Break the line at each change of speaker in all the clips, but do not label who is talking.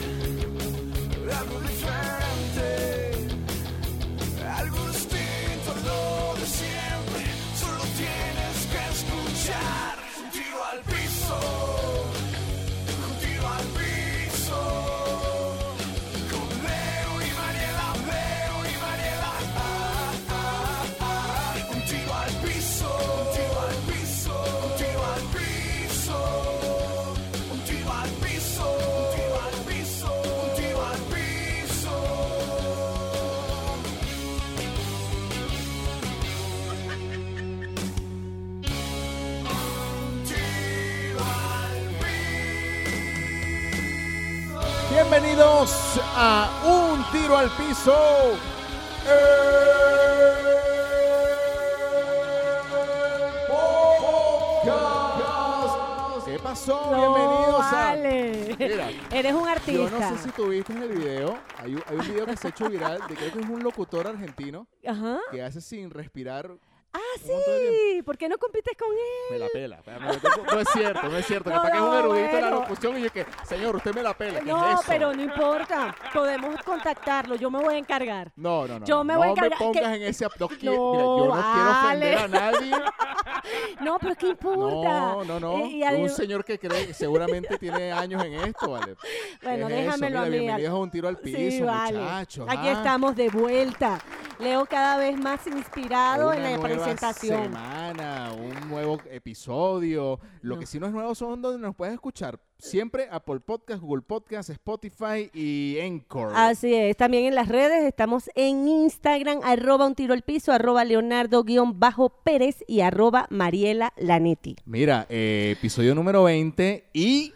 hablar algo diferente, algo distinto a lo de siempre. Solo tienes que escuchar un tiro al piso, un tiro al piso. Con Leo y Mariela, Leo y Mariela. Ah, ah, ah. Un tiro al piso, un tiro al piso, un tiro al piso. Un tiro al piso, un tiro al piso, un tiro al piso. Un tiro al
Bienvenidos a Un Tiro al Piso. el podcast. ¿Qué pasó?
No,
Bienvenidos a.
vale.
Mira,
Eres un
Yo
artista.
no sé si tuviste el video. Hay, un- hay un video que se ha hecho viral de creo que es un locutor argentino
Ajá.
que hace sin respirar.
Ah,
Un montón de
sí. ¿Por qué no compites con él?
Me la pela. Ah, No, no es cierto, no es cierto.
No,
Capaz que es un
no,
erudito de la
bueno.
locución y yo que, señor, usted me la pela. ¿qué es
No,
eso?
pero no importa. Podemos contactarlo. Yo me voy a encargar.
No, no, no.
Yo
no.
me voy a
No
encargar-
pongas
que-
en ese. No, qui-
No,
mira, yo no quiero ofender
vale.
a nadie.
No, pero ¿qué importa?
No,
Eh,
no, no.
Y- y
un
además-
señor que cree que seguramente tiene años en esto, ¿vale?
Bueno,
¿Qué es eso?
déjamelo
Mira,
a mí.
Bienvenidos a un tiro al piso,
sí, vale.
muchachos.
Aquí
ah,
estamos de vuelta. Leo cada vez más inspirado en
una
la
nueva
presentación.
semana, un nuevo episodio. Lo
No.
que sí no es nuevo son donde nos puedes escuchar. Siempre Apple Podcast, Google Podcast, Spotify y Encore.
Así es, también en las redes estamos en Instagram, arroba un tiro al piso, arroba Leonardo guión bajo Pérez y arroba Mariela Lanetti.
Mira, eh, episodio número 20 y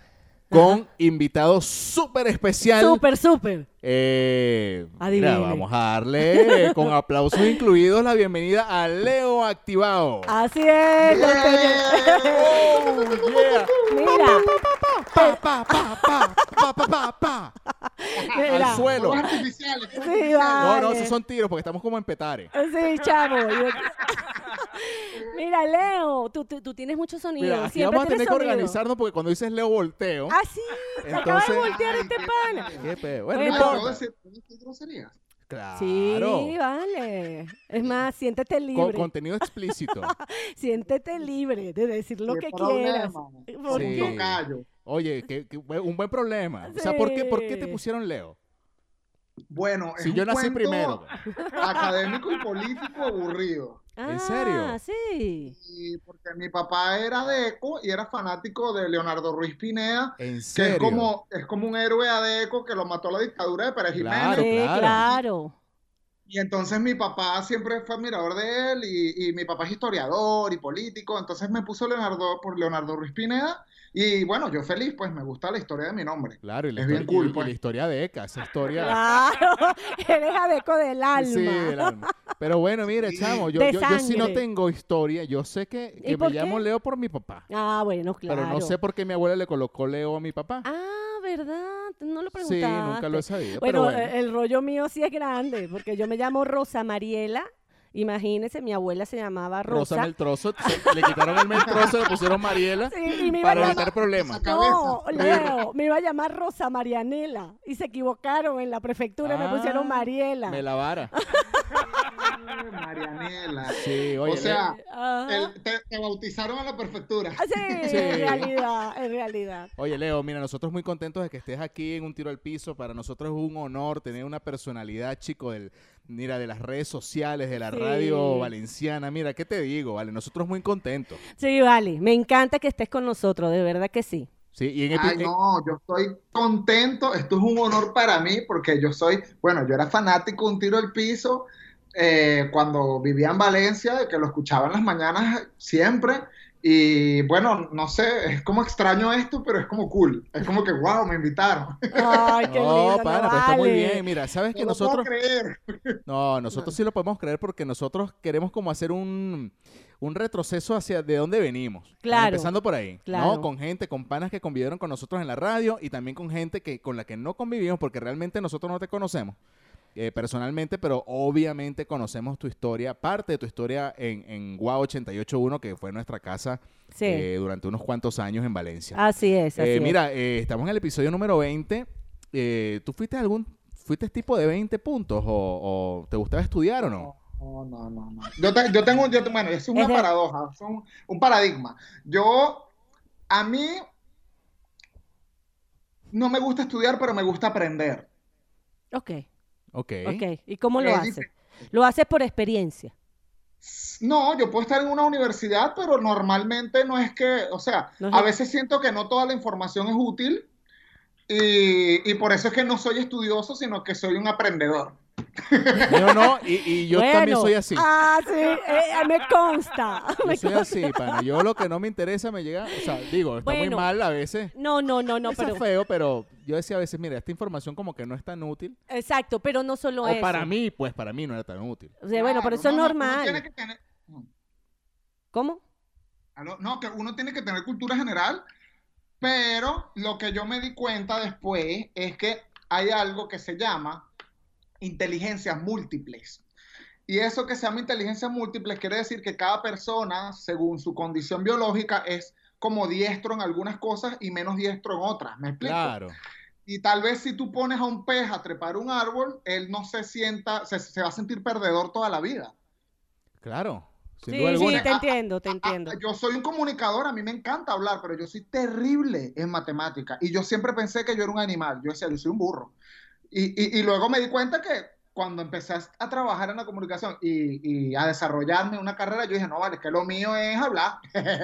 con invitado súper especial.
Súper, súper.
Eh, mira,
Adivine.
vamos a darle eh, con aplausos incluidos la bienvenida a Leo Activado.
Así es. lo que-
Oh, yeah.
Mira,
Pa, pa, pa, pa, pa, pa, pa, pa.
mira.
Al suelo.
Fuegos artificiales. fuegos
Sí,
No,
artificiales.
no,
vale.
esos son tiros porque estamos como en petare.
Sí, chamo. Yo- Mira, Leo, tú, tú- tú tienes mucho sonido.
Mira, aquí
Siempre
vamos a tener
tienes
que
sonido.
organizarnos porque cuando dices Leo volteo.
Ah, sí, se acaba de
Entonces-
voltear
Ay,
este
qué
pana.
pena.
Qué pe- Bueno, no
Bueno.
Ah, ¿puedo
importa.
decir- puedo decir groserías?
Claro.
Sí, vale. Es más, siéntete
Con
libre.
contenido explícito.
Siéntete libre de decir lo
Qué
que quieras.
problema.
¿Por
Sí.
qué?
Un tocayo.
Oye, que, que fue un buen problema. O sea, ¿por qué, ¿por qué te
Sí.
pusieron Leo?
Bueno, es
Si yo
un
nací
cuento
primero.
Académico y político aburrido.
¿En serio?
Ah, sí.
Y porque mi papá era deco y era fanático de Leonardo Ruiz Pineda,
En
que
serio.
es como, es como un héroe adeco que lo mató la dictadura de Pérez Jiménez.
Claro,
sí,
claro.
claro.
Y entonces mi papá siempre fue admirador de él y, y mi papá es historiador y político, entonces me puso Leonardo por Leonardo Ruiz Pineda y bueno, yo feliz, pues me gusta la historia de mi nombre.
Claro, y la,
Es
historia,
bien cool,
y- y
pues.
la historia de Eka, esa historia.
Claro, eres adeco del alma.
Sí, del alma. Pero bueno, mira,
Sí.
chamo, yo,
De
yo, yo sí no
sangre.
tengo historia. Yo sé que, que me
por qué?
llamo Leo por mi papá.
Ah, bueno, claro.
Pero no sé por qué mi abuela le colocó Leo a mi papá.
Ah, ¿verdad? No lo
sí,
preguntaste.
nunca lo he sabido.
Bueno,
pero bueno.
eh, el rollo mío sí es grande, porque yo me llamo Rosa Mariela. Imagínense, mi abuela se llamaba
Rosa
Rosa.
el trozo, le quitaron el mel trozo, le pusieron Mariela
Sí, y me iba a
para
llamar...
evitar problemas.
No,
cabeza.
Leo, me iba a llamar Rosa Marianela y se equivocaron en la prefectura, me pusieron
Ah,
Mariela.
Me la vara.
Ay, Marianela.
Sí, oye.
o sea,
Ajá.
el- te, te bautizaron a la prefectura.
Ah, Sí,
Sí.
en realidad, en realidad.
Leo, oye, Leo, mira, nosotros muy contentos de que estés aquí en Un Tiro al Piso. Para nosotros es un honor tener una personalidad, chico, del, mira, de las redes sociales, de la
Sí.
radio valenciana. Mira, ¿qué te digo? Vale, nosotros muy contentos.
Sí, vale, me encanta que estés con nosotros, de verdad que sí.
Sí, y en epi-
Ay,
en-
no, yo estoy contento, esto es un honor para mí porque yo soy, bueno, yo era fanático de un tiro al piso eh, cuando vivía en Valencia, que lo escuchaba en las mañanas siempre y bueno, no sé, es como extraño esto, pero es como cool, es como que, wow, me invitaron.
Ay, qué
No,
lindo, no
pana, pero está muy
vale.
bien. Mira, sabes que
No lo puedo
nosotros.
creer.
No, nosotros sí lo podemos creer porque nosotros queremos como hacer un, un retroceso hacia de dónde venimos. Como
Claro.
Empezando por ahí.
Claro.
¿no? Con gente, con panas que convivieron con nosotros en la radio y también con gente que con la que no convivimos porque realmente nosotros no te conocemos. eh, personalmente, pero obviamente conocemos tu historia, parte de tu historia en, en Guau 881, que fue nuestra casa
Sí.
eh, durante unos cuantos años en Valencia.
Así es, así
Eh,
es.
mira, eh, estamos en el episodio número 20. Eh, ¿Tú fuiste algún fuiste tipo de 20 puntos o, o te gustaba estudiar o no?
No, no, no, no. Yo, te- yo tengo, yo, te- bueno, es una
Es de-
paradoja, es un, un paradigma. Yo, a mí, no me gusta estudiar, pero me gusta aprender.
Ok,
Eh, Ok.
ok. ¿Y cómo
eh,
lo
Es
haces?
diferente.
Lo haces por experiencia.
No, yo puedo estar en una universidad, pero normalmente no es que, o sea,
No es-
a veces siento que no toda la información es útil y, y por eso es que no soy estudioso, sino que soy un aprendedor.
Yo no, y, y yo también
Bueno,
soy así.
Ah, sí, eh, me consta.
Yo
me
soy
consta.
así, pana. Yo lo que no me interesa me llega, o sea, digo, está muy
Bueno.
mal a veces.
No, no, no, no,
Eso
pero
es feo, pero yo decía a veces, mira, esta información como que no es tan útil.
exacto, pero no solo
o
eso.
para mí, pues para mí no era tan útil.
O sea, bueno, pero
Claro,
eso es
uno- uno
normal.
tiene que tener-
¿Cómo?
Aló, No, que uno tiene que tener cultura general, pero lo que yo me di cuenta después es que hay algo que se llama inteligencias múltiples. Y eso que se llama inteligencias múltiples quiere decir que cada persona, según su condición biológica, es como diestro en algunas cosas y menos diestro en otras. ¿Me explico?
Claro.
Y tal vez si tú pones a un pez a trepar un árbol, él no se sienta, se, se va a sentir perdedor toda la vida.
Claro. Sin
Sí,
duda
sí,
alguna.
te entiendo, te
Ah, ah,
entiendo.
Yo soy un comunicador, a mí me encanta hablar, pero yo soy terrible en matemática. Y yo siempre pensé que yo era un animal, yo decía, yo soy un burro. Y, y- y luego me di cuenta que cuando empecé a- a trabajar en la comunicación y, y a desarrollarme una carrera, yo dije, no, vale, es que lo mío es hablar.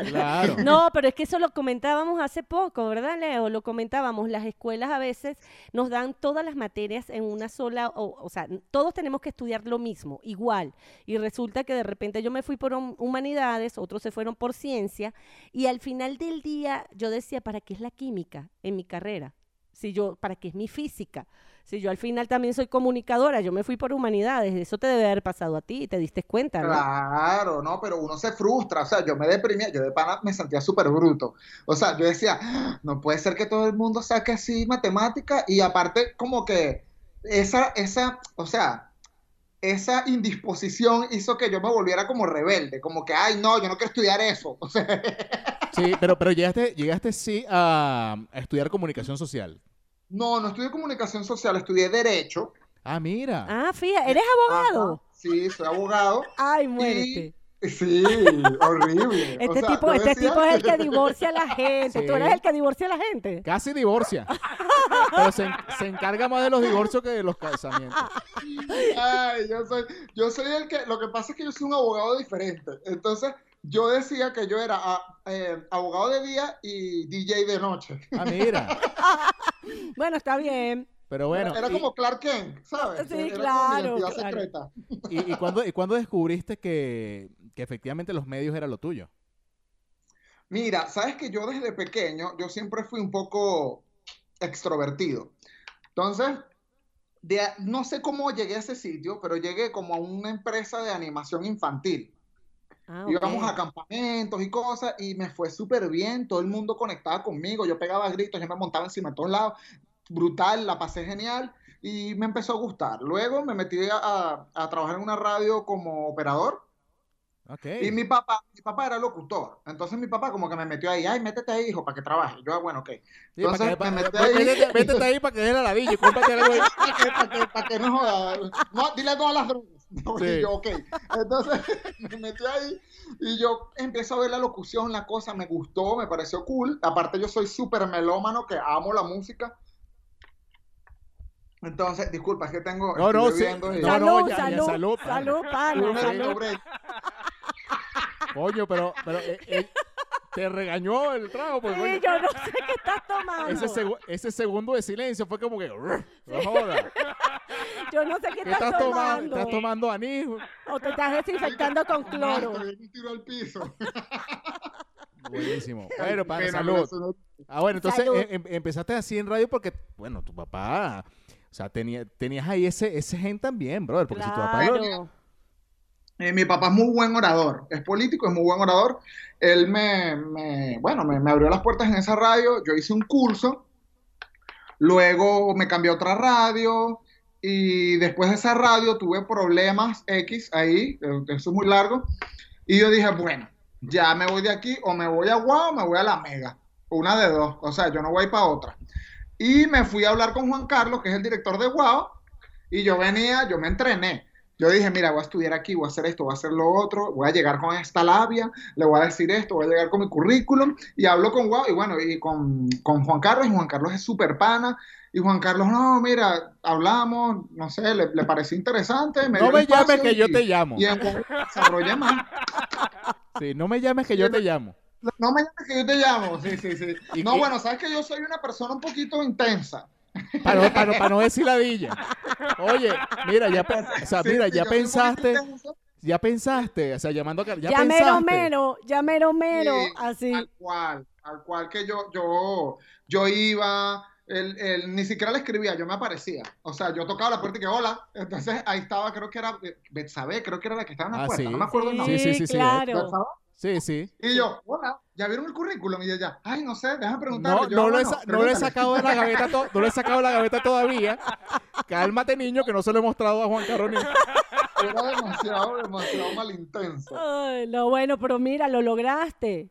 Claro.
No, pero es que eso lo comentábamos hace poco, ¿verdad, Leo? Lo comentábamos. Las escuelas a veces nos dan todas las materias en una sola, o, o sea, todos tenemos que estudiar lo mismo, igual. Y resulta que de repente yo me fui por hum- humanidades, otros se fueron por ciencia, y al final del día yo decía, ¿para qué es la química en mi carrera? Si yo, ¿para qué es mi física? Si yo al final también soy comunicadora, yo me fui por humanidades, eso te debe haber pasado a ti, te diste cuenta, ¿no?
Claro, no, pero uno se frustra, o sea, yo me deprimía, yo de pana me sentía súper bruto, o sea, yo decía, "Ah, no puede ser que todo el mundo saque así matemática y aparte como que esa, esa, o sea, esa indisposición hizo que yo me volviera como rebelde, como que, ay, no, yo no quiero estudiar eso, o sea,
Sí, pero, pero llegaste, llegaste sí a, a estudiar comunicación social.
no, no estudié comunicación social, estudié derecho,
Ah, mira.
Ah, fíjate, ¿eres abogado?
sí, soy abogado,
Ay, muérete.
sí, horrible, o
Este,
sea,
tipo,
yo
este
decía-
tipo es el que divorcia a la gente. Tú eres
Sí.
el que divorcia a la gente.
Casi divorcia. Pero se, en- se encarga más de los divorcios que de los casamientos.
Ay, yo soy, yo soy el que, lo que pasa es que yo soy un abogado diferente. Entonces, yo decía que yo era ah, eh, abogado de día y DJ de noche.
Ah, mira.
Bueno, está bien.
Pero bueno.
era
y-
como Clark Kent, ¿sabes?
Sí,
Era como mi
claro,
identidad
claro.
secreta.
¿Y, y cuándo, y cuándo descubriste que, que efectivamente los medios era lo tuyo?
Mira, sabes que yo desde pequeño, yo siempre fui un poco extrovertido. Entonces, de a- no sé cómo llegué a ese sitio, pero llegué como a una empresa de animación infantil.
Ah,
Íbamos
ok.
a campamentos y cosas y me fue súper bien, todo el mundo conectaba conmigo, yo pegaba gritos, yo me montaba encima de todos lados, brutal, la pasé genial y me empezó a gustar. Luego me metí a, a- a trabajar en una radio como operador
Ok.
y mi papá, mi papá era locutor, entonces mi papá como que me metió ahí, ay, métete ahí, hijo, para que trabaje. Yo, "Ah, bueno, ok,
Sí, para que-
entonces
pa-
me metí
pa-
ahí.
métete- métete ahí para que deje la ladilla y cómprate algo ahí.
para que, Eh, pa' que- pa' que no joda. No, dile no a las drogas. No,
Sí.
y yo, ok. Entonces me metí ahí y yo empiezo a ver la locución, la cosa, me gustó, me pareció cool. Aparte, yo soy súper melómano, que amo la música. Entonces, disculpa, es que tengo.
No, no,
estoy
sí.
bebiendo y-
No,
salud,
no, ya- ya,
salud,
salud,
salud,
pana.
pana,
Un
Primero,
salud.
break, break.
Coño, pero, pero eh, eh, te regañó el trago. Porque,
Sí,
coño,
yo no sé qué estás tomando.
ese, segu- ese segundo de silencio fue como que. No jodas.
Yo no sé qué,
¿Qué
estás,
estás tomando?
tomando.
¿Estás tomando anís?
O te estás desinfectando con cloro.
Estoy bien, tiro al piso.
Buenísimo. Bueno, para
Pena,
salud.
salud.
Ah, bueno, entonces
Salud.
em- em- empezaste así en radio porque, bueno, tu papá, o sea, tenía, tenías ahí ese, ese gen también, brother, porque si tu papá... lo-
Claro.
Eh, mi papá es muy buen orador, es político, es muy buen orador. Él me, me- bueno, me, me abrió las puertas en esa radio, yo hice un curso, luego me cambié a otra radio, y después de esa radio tuve problemas X ahí, eh, eso es muy largo, y yo dije, bueno, ya me voy de aquí, o me voy a Guau o me voy a La Mega, una de dos, o sea, yo no voy para otra. Y me fui a hablar con Juan Carlos, que es el director de Guau, y yo venía, yo me entrené. Yo dije, mira, voy a estudiar aquí, voy a hacer esto, voy a hacer lo otro, voy a llegar con esta labia, le voy a decir esto, voy a llegar con mi currículum, y hablo con Guau, y bueno, y con, con Juan Carlos, y Juan Carlos es súper pana, y Juan Carlos, no, mira, hablamos, no sé, le, le pareció interesante. dio
No
el
me llames
espacio
que yo
y-
te llamo.
Y en cuanto desarrolle más.
Sí, no me llames que yo te llamo.
No me llames que yo te llamo. Sí, sí, sí.
¿Y
No,
qué?
bueno, sabes que yo soy una persona un poquito intensa.
Para no, para no- para no decir ladilla. Oye, mira, ya, pe- o sea,
Sí,
Ah, mira, ya
sí, yo soy un poquito
pensaste,
intenso
ya pensaste, o sea, llamando a Car- ya,
Ya mero,
pensaste.
mero, ya mero, mero,
Sí, Ah,
así.
Al cual, al cual que yo, yo, yo iba, él, él ni siquiera le escribía, yo me aparecía. O sea, yo tocaba la puerta y que hola. Entonces ahí estaba, creo que era eh, Betsabe, creo que era la que estaba en la
Ah,
puerta,
sí.
no me acuerdo el nombre.
Sí, sí, sí, sí,
claro.
Betsabe.
Sí, sí.
Y yo, hola, ¿ya vieron el currículum? Y ella, ay, no sé, déjame preguntarle.
No,
Yo,
no lo he,
bueno,
sa- no lo he
pregúntale.
sacado de la gaveta to- no lo he sacado de la gaveta todavía. Cálmate, niño, que no se lo he mostrado a Juan Carlos. ni-
Era demasiado, demasiado malintenso.
Ay, no, bueno, pero mira, lo lograste.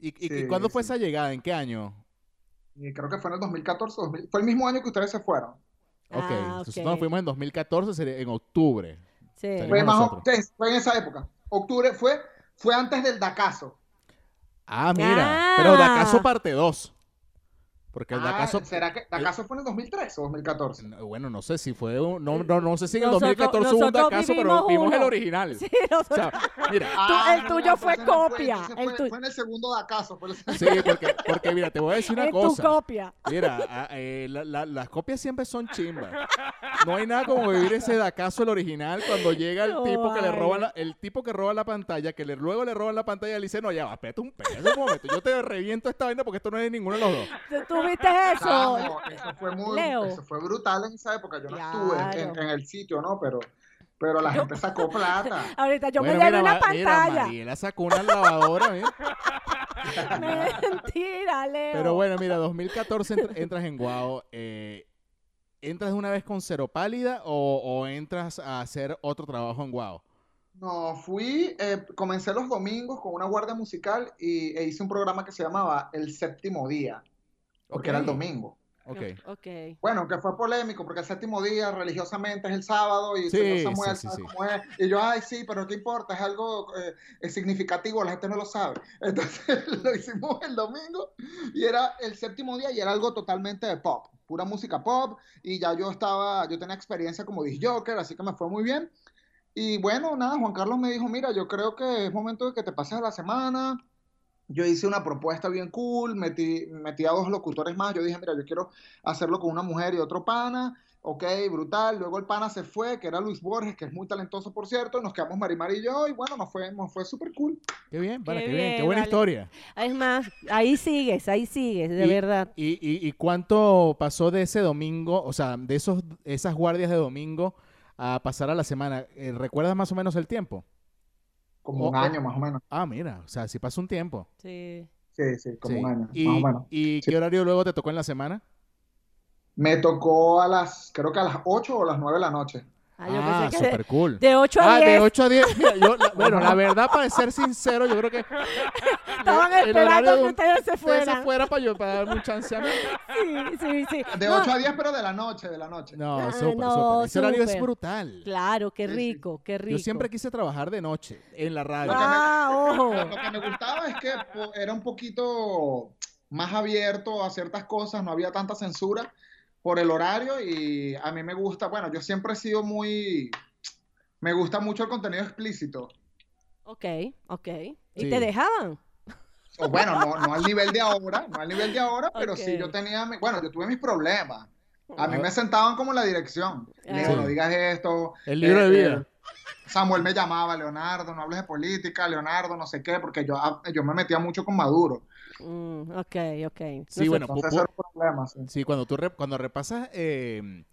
¿Y, y- y
Sí,
cuándo fue
sí.
esa llegada? ¿En qué año?
Y creo que fue en el 2014, 2000 fue el mismo año que ustedes se fueron.
Ok,
Ah,
nosotros
ok.
nos fuimos en 2014, sería en octubre.
Sí.
Salimos
Fue, más o-
nosotros.
sí, fue en esa época. Octubre fue, fue antes del Dacazo.
Ah, mira.
Ah.
Pero Dacaso parte 2. Porque el
Ah,
Dacaso. eh,
¿Será que Dacaso fue en el 2013 o 2014?
No, Bueno, no sé si fue un. No, no, no sé si en el
Nosotros-
2014 hubo un
nosotros
Dacaso, pero
vivimos
vimos el
uno.
original.
Sí,
O
nosotros-
sea, mira.
Ah,
el
no,
tuyo
no,
fue
entonces no
copia,
entonces
el
fue,
tu-
fue en el segundo Dacaso. fue en el segundo-
Sí, porque, porque mira, te voy a decir una
en tu
cosa.
copia.
Mira, a- eh, la- la- las copias siempre son chimbas. No hay nada como vivir ese dacazo el original cuando llega el tipo que le roba la, el tipo que roba la pantalla, que le, luego le roban la pantalla y le dice, no, ya va, espérate un pedazo un momento, yo te reviento esta vaina porque esto no es de ninguno de los dos.
¿Tú tú viste eso?
Ah, no, eso fue muy,
Leo.
eso fue brutal en esa época. Yo no estuve en,
Claro.
en el sitio, ¿no? Pero, pero la gente sacó plata.
Ahorita yo
Bueno,
me llevé
mira,
una
va- mira,
pantalla.
Mariela sacó una lavadora, mira.
Mentira, Leo.
Pero bueno, mira, 2014 entr- entras en Guao. eh, ¿Entras de una vez con Cero Pálida o, o entras a hacer otro trabajo en Guao?
No, fui, eh, comencé los domingos con una guardia musical y, e hice un programa que se llamaba El Séptimo Día, porque era el
Ok,
domingo.
Ok.
Ok.
Bueno, que fue polémico, porque el séptimo día religiosamente es el sábado y el señor
Sí, sí,
Samuel
sí,
sabe
sí.
cómo es. Y yo, ay, sí, pero ¿qué importa? Es algo eh, es significativo, la gente no lo sabe. Entonces lo hicimos el domingo y era el séptimo día y era algo totalmente de pop, pura música pop. Y ya yo estaba, yo tenía experiencia como disc jockey, así que me fue muy bien. Y bueno, nada, Juan Carlos me dijo, mira, yo creo que es momento de que te pases la semana. Yo hice una propuesta bien cool, metí, metí a dos locutores más. Yo dije, mira, yo quiero hacerlo con una mujer y otro pana. Ok, brutal. Luego el pana se fue, que era Luis Borges, que es muy talentoso, por cierto. Nos quedamos Marimar y yo, y bueno, nos fue, nos fue súper cool.
Qué bien, vale, qué,
Qué
bien, qué
bien,
buena
vale.
historia.
Es más, ahí sigues, ahí sigues, de
Y-
verdad.
¿Y, y, y cuánto pasó de ese domingo, o sea, de esos, esas guardias de domingo a pasar a la semana? Eh, ¿Recuerdas más o menos el tiempo?
Como un
Oh, oh.
año, más o menos.
Ah, mira, o sea, si pasó un tiempo.
Sí.
Sí, sí, como
Sí.
un año,
¿Y,
más o menos.
y
Sí.
qué horario luego te tocó en la semana?
Me tocó a las, creo que a las 8 o las 9 de la noche.
Ah, yo
ah,
pensé que
súper cool.
de, de 8 a
Ah,
10
de 8 a 10. Mira, yo, la- bueno, la verdad, para ser sincero, yo creo que
estaban
el horario
esperando
de
que
un-
ustedes se
ustedes se
fueran.
fuera para, yo, para darme un chance a mí.
Sí, sí, sí.
Ah, De
No,
8 a 10, pero de la noche, de la noche.
No,
Ah,
súper,
no,
súper. Ese horario es
súper.
brutal.
Claro, qué
Sí, sí.
rico, qué rico.
Yo siempre quise trabajar de noche en la radio.
Ah,
Ah,
Lo
ojo.
que me gustaba es que po, era un poquito más abierto a ciertas cosas, no había tanta censura por el horario y a mí me gusta, bueno, yo siempre he sido muy, me gusta mucho el contenido explícito.
Ok, ok. ¿Y
Sí.
te dejaban?
O bueno, no, no al nivel de ahora, no al nivel de ahora, pero sí yo
Ok.
tenía, mi- bueno, yo tuve mis problemas. A mí me sentaban como en la dirección. Leo,
Sí.
no digas esto.
El libro de
Eh,
vida.
eh, Samuel me llamaba, Leonardo, no hables de política, Leonardo, no sé qué, porque yo, ah, yo me metía mucho con Maduro.
Mm, ok, ok. No
Sí,
sé.
bueno,
Entonces,
pu-
ese era el problema, sí.
Sí, cuando tú re- cuando repasas eh,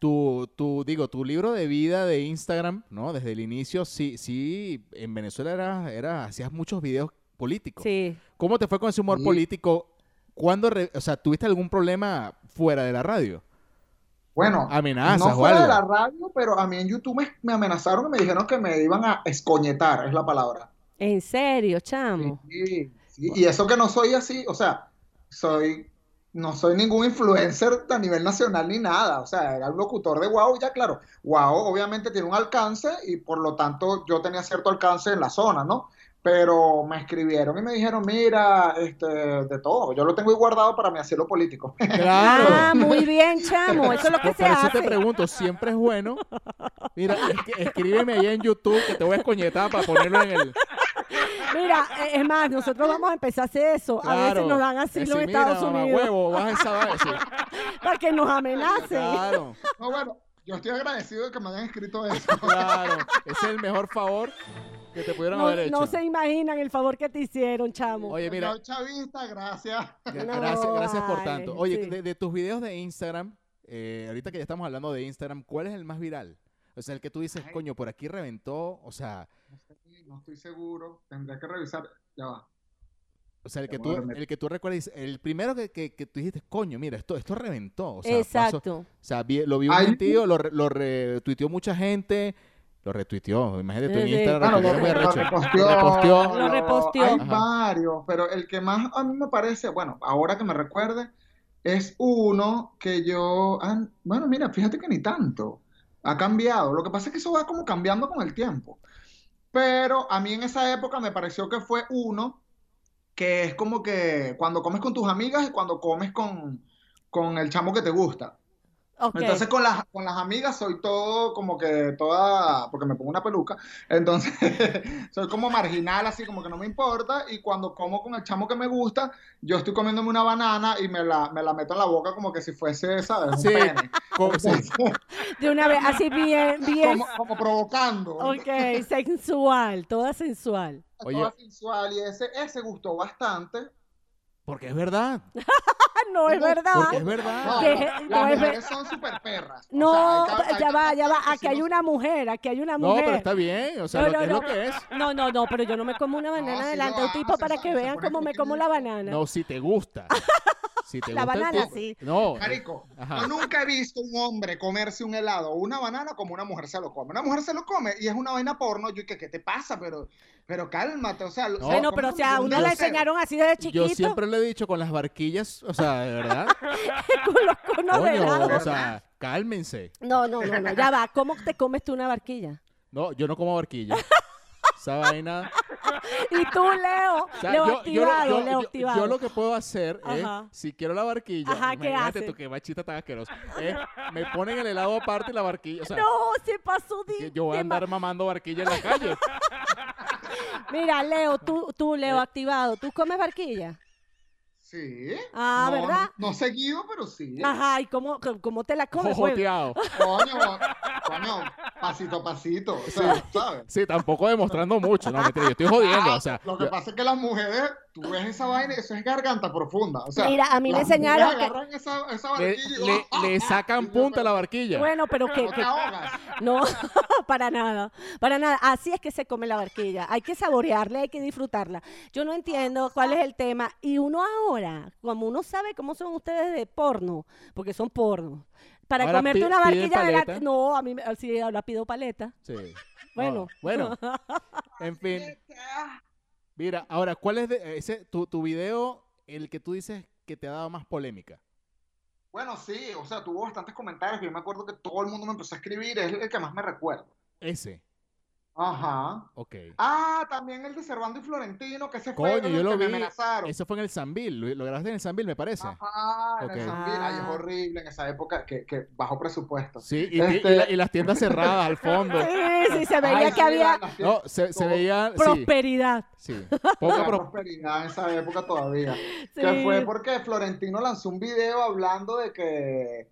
tu, tu- digo, tu libro de vida de Instagram, ¿no? Desde el inicio, sí, sí, en Venezuela era, era, hacías muchos videos políticos.
Sí.
¿Cómo te fue con ese humor
Sí.
político? ¿Cuándo, re- o sea, tuviste algún problema fuera de la radio?
Bueno,
Amenazas
no
o
fuera de la
algo.
radio, pero a mí en YouTube me, me amenazaron y me dijeron que me iban a escoñetar, es la palabra.
En serio,
Ah,
chamo.
Sí, sí, Y eso que no soy así, o sea, soy, no soy ningún influencer a nivel nacional ni nada, o sea, era un locutor de Wow, ya claro, Wow obviamente tiene un alcance y por lo tanto yo tenía cierto alcance en la zona, ¿no? Pero me escribieron y me dijeron, mira, este, de todo, yo lo tengo ahí guardado para mi asilo político.
Ah,
Claro.
muy bien, chamo. Eso es lo que
Por,
se
por eso
hace.
te pregunto, siempre es bueno. Mira, es- escríbeme ahí en YouTube que te voy a escoñetar para ponerlo en el.
Mira, eh, es más, nosotros vamos a empezar a hacer eso. a
Claro.
veces nos dan asilo en
Decir,
Estados
mira, mamá
Unidos
huevo, vas a esa sí.
para que nos amenacen.
Claro,
No, bueno, yo estoy agradecido de que me hayan escrito eso.
claro. Ese es el mejor favor que te pudieron
No,
haber hecho.
no se imaginan el favor que te hicieron, chamo.
Oye, mira,
No, chavista, gracias.
Gra-
No,
gracias, gracias por
vale,
tanto. Oye,
sí.
de, de tus videos de Instagram, eh, ahorita que ya estamos hablando de Instagram, ¿cuál es el más viral? O sea, el que tú dices,
Ay.
coño, por aquí reventó, o sea,
No estoy seguro, tendría que revisar. Ya va.
o sea, el que
Ya
tú,
voy a remeter.
el que tú recuerdas, el primero que, que, que tú dijiste, coño, mira, esto, esto reventó. O sea, pasó-
Exacto.
o sea vi- lo vi un
Hay-
sentido, lo, re- lo retuiteó mucha gente, lo retuiteó, imagínate tú en
Sí, sí.
Instagram,
Bueno,
que
lo,
era muy
lo
arrecho.
reposteó.
Reposteó.
Lo reposteó.
Hay
Ajá.
varios, pero el que más a mí me parece, bueno, ahora que me recuerde, es uno que yo. ah, bueno, mira, fíjate que ni tanto. Ha cambiado. Lo que pasa es que eso va como cambiando con el tiempo. Pero a mí en esa época me pareció que fue uno que es como que cuando comes con tus amigas y cuando comes con, con el chamo que te gusta.
Ok.
Entonces con las, con las amigas soy todo como que toda, porque me pongo una peluca, entonces soy como marginal, así como que no me importa, y cuando como con el chamo que me gusta, yo estoy comiéndome una banana y me la, me la meto en la boca como que si fuese, ¿sabes? Un
Sí,
pene.
como- sí,
De una vez, así bien, bien.
Como, como provocando.
Ok, sensual, toda sensual.
Toda
Oye.
sensual, y ese, ese gustó bastante.
porque es verdad,
Ah, no, es
No,
porque es
verdad.
No,
verdad.
¿Qué?
las
No, es ver-
mujeres son súper perras. O sea,
No,
hay ca- hay
ya va, ya va.
cantantes que
Aquí
sí
hay
no-
una mujer, aquí hay una
No, pero
mujer.
está bien, o sea,
No,
lo
no,
que es
no.
lo que es.
No, no, no, pero yo no me como una banana
sí lo
delante de un tipo
hace,
para
se-
que
se
vean
pone
cómo me
coquetito.
como la banana.
No, si te gusta. Si te
La
gusta el
banana,
tu-
sí.
No,
Marico,
Ajá.
yo nunca he visto un hombre comerse un helado o una banana como una mujer se lo come. Una mujer se lo come y es una vaina porno. Yo, ¿qué, qué te pasa? Pero, pero cálmate, o sea. lo-
Oh, No.
se lo
bueno,
come
pero o
como
sea, a
un
uno la
grosero.
enseñaron así desde
Yo
chiquito
siempre le he dicho con las barquillas, o sea, de verdad.
con los conos de helado.
coño, o sea, cálmense.
No, no, no, no, ya va. ¿Cómo te comes tú una barquilla?
No, yo no como barquilla. Esa vaina.
Y tú, Leo,
o sea,
Leo
yo, yo lo-
activado,
yo-
Leo
yo-
activado.
yo lo que puedo hacer es,
Ajá.
si quiero la barquilla,
Ajá, ¿qué
imagínate
hace?
tú que bachita tan asquerosa. es, me ponen el helado aparte y la barquilla. O sea,
No, se pasó de,
que yo voy a
de ma-
andar mamando barquilla en la calle.
Mira, Leo, tú, tú, Leo,
Eh.
activado, ¿tú comes barquilla?
Sí.
Ah,
No,
¿verdad?
No, no seguido, pero sí.
Eh. Ah.
Ajá, ¿y cómo, cómo- cómo te la comes? pues?
Jojoteado.
Coño, coño, pasito a pasito. O sea, ¿sabes?
Sí, tampoco demostrando mucho. No, mentira, yo estoy jodiendo. O sea,
Lo que
yo-
pasa es que las mujeres, tú ves esa vaina, eso es garganta profunda. O sea,
Mira, a mí me
las
enseñaron
mujeres
que-
agarran esa, esa
le,
barquilla y-
le- le sacan punta a la barquilla.
Bueno, pero que,
No te
que-
ahogas.
no, para nada, para nada. Así es que se come la barquilla. Hay que saborearla, hay que disfrutarla. Yo no entiendo cuál es el tema. Y uno ahora, como uno sabe cómo son ustedes de porno, porque son pornos, para
Ahora
comerte
pi-
una
piden
barquilla de la-
paleta.
No, a mí me- sí, ahora pido paleta.
Sí.
Bueno.
No, bueno. En fin. Mira, ahora, ¿cuál es de- eh, ese, tu, tu video el que tú dices que te ha dado más polémica?
Bueno, sí, o sea, tuvo bastantes comentarios. que Yo me acuerdo que todo el mundo me empezó a escribir, es el que más me recuerdo.
Ese.
Ajá.
Ok.
Ah, también el de Servando y Florentino, que se fue
Coño,
en el
yo
que
lo
me
vi.
amenazaron.
Eso fue en el Sambil. Lo, lo grabaste en el Sambil, me parece.
Ajá, en el
Ok.
San Miguel. Ay, es
Ah.
horrible en esa época, que, que bajo presupuesto.
Sí, y, y-
Este-
y la- y las tiendas cerradas al fondo.
Sí, sí, se veía
Ay,
que
sí,
había
la- la fiesta
No, se, se
Todo.
veía. Sí,
prosperidad.
sí.
de
Poca
la
pro-
prosperidad en esa época todavía.
Sí.
Que fue porque Florentino lanzó un video hablando de que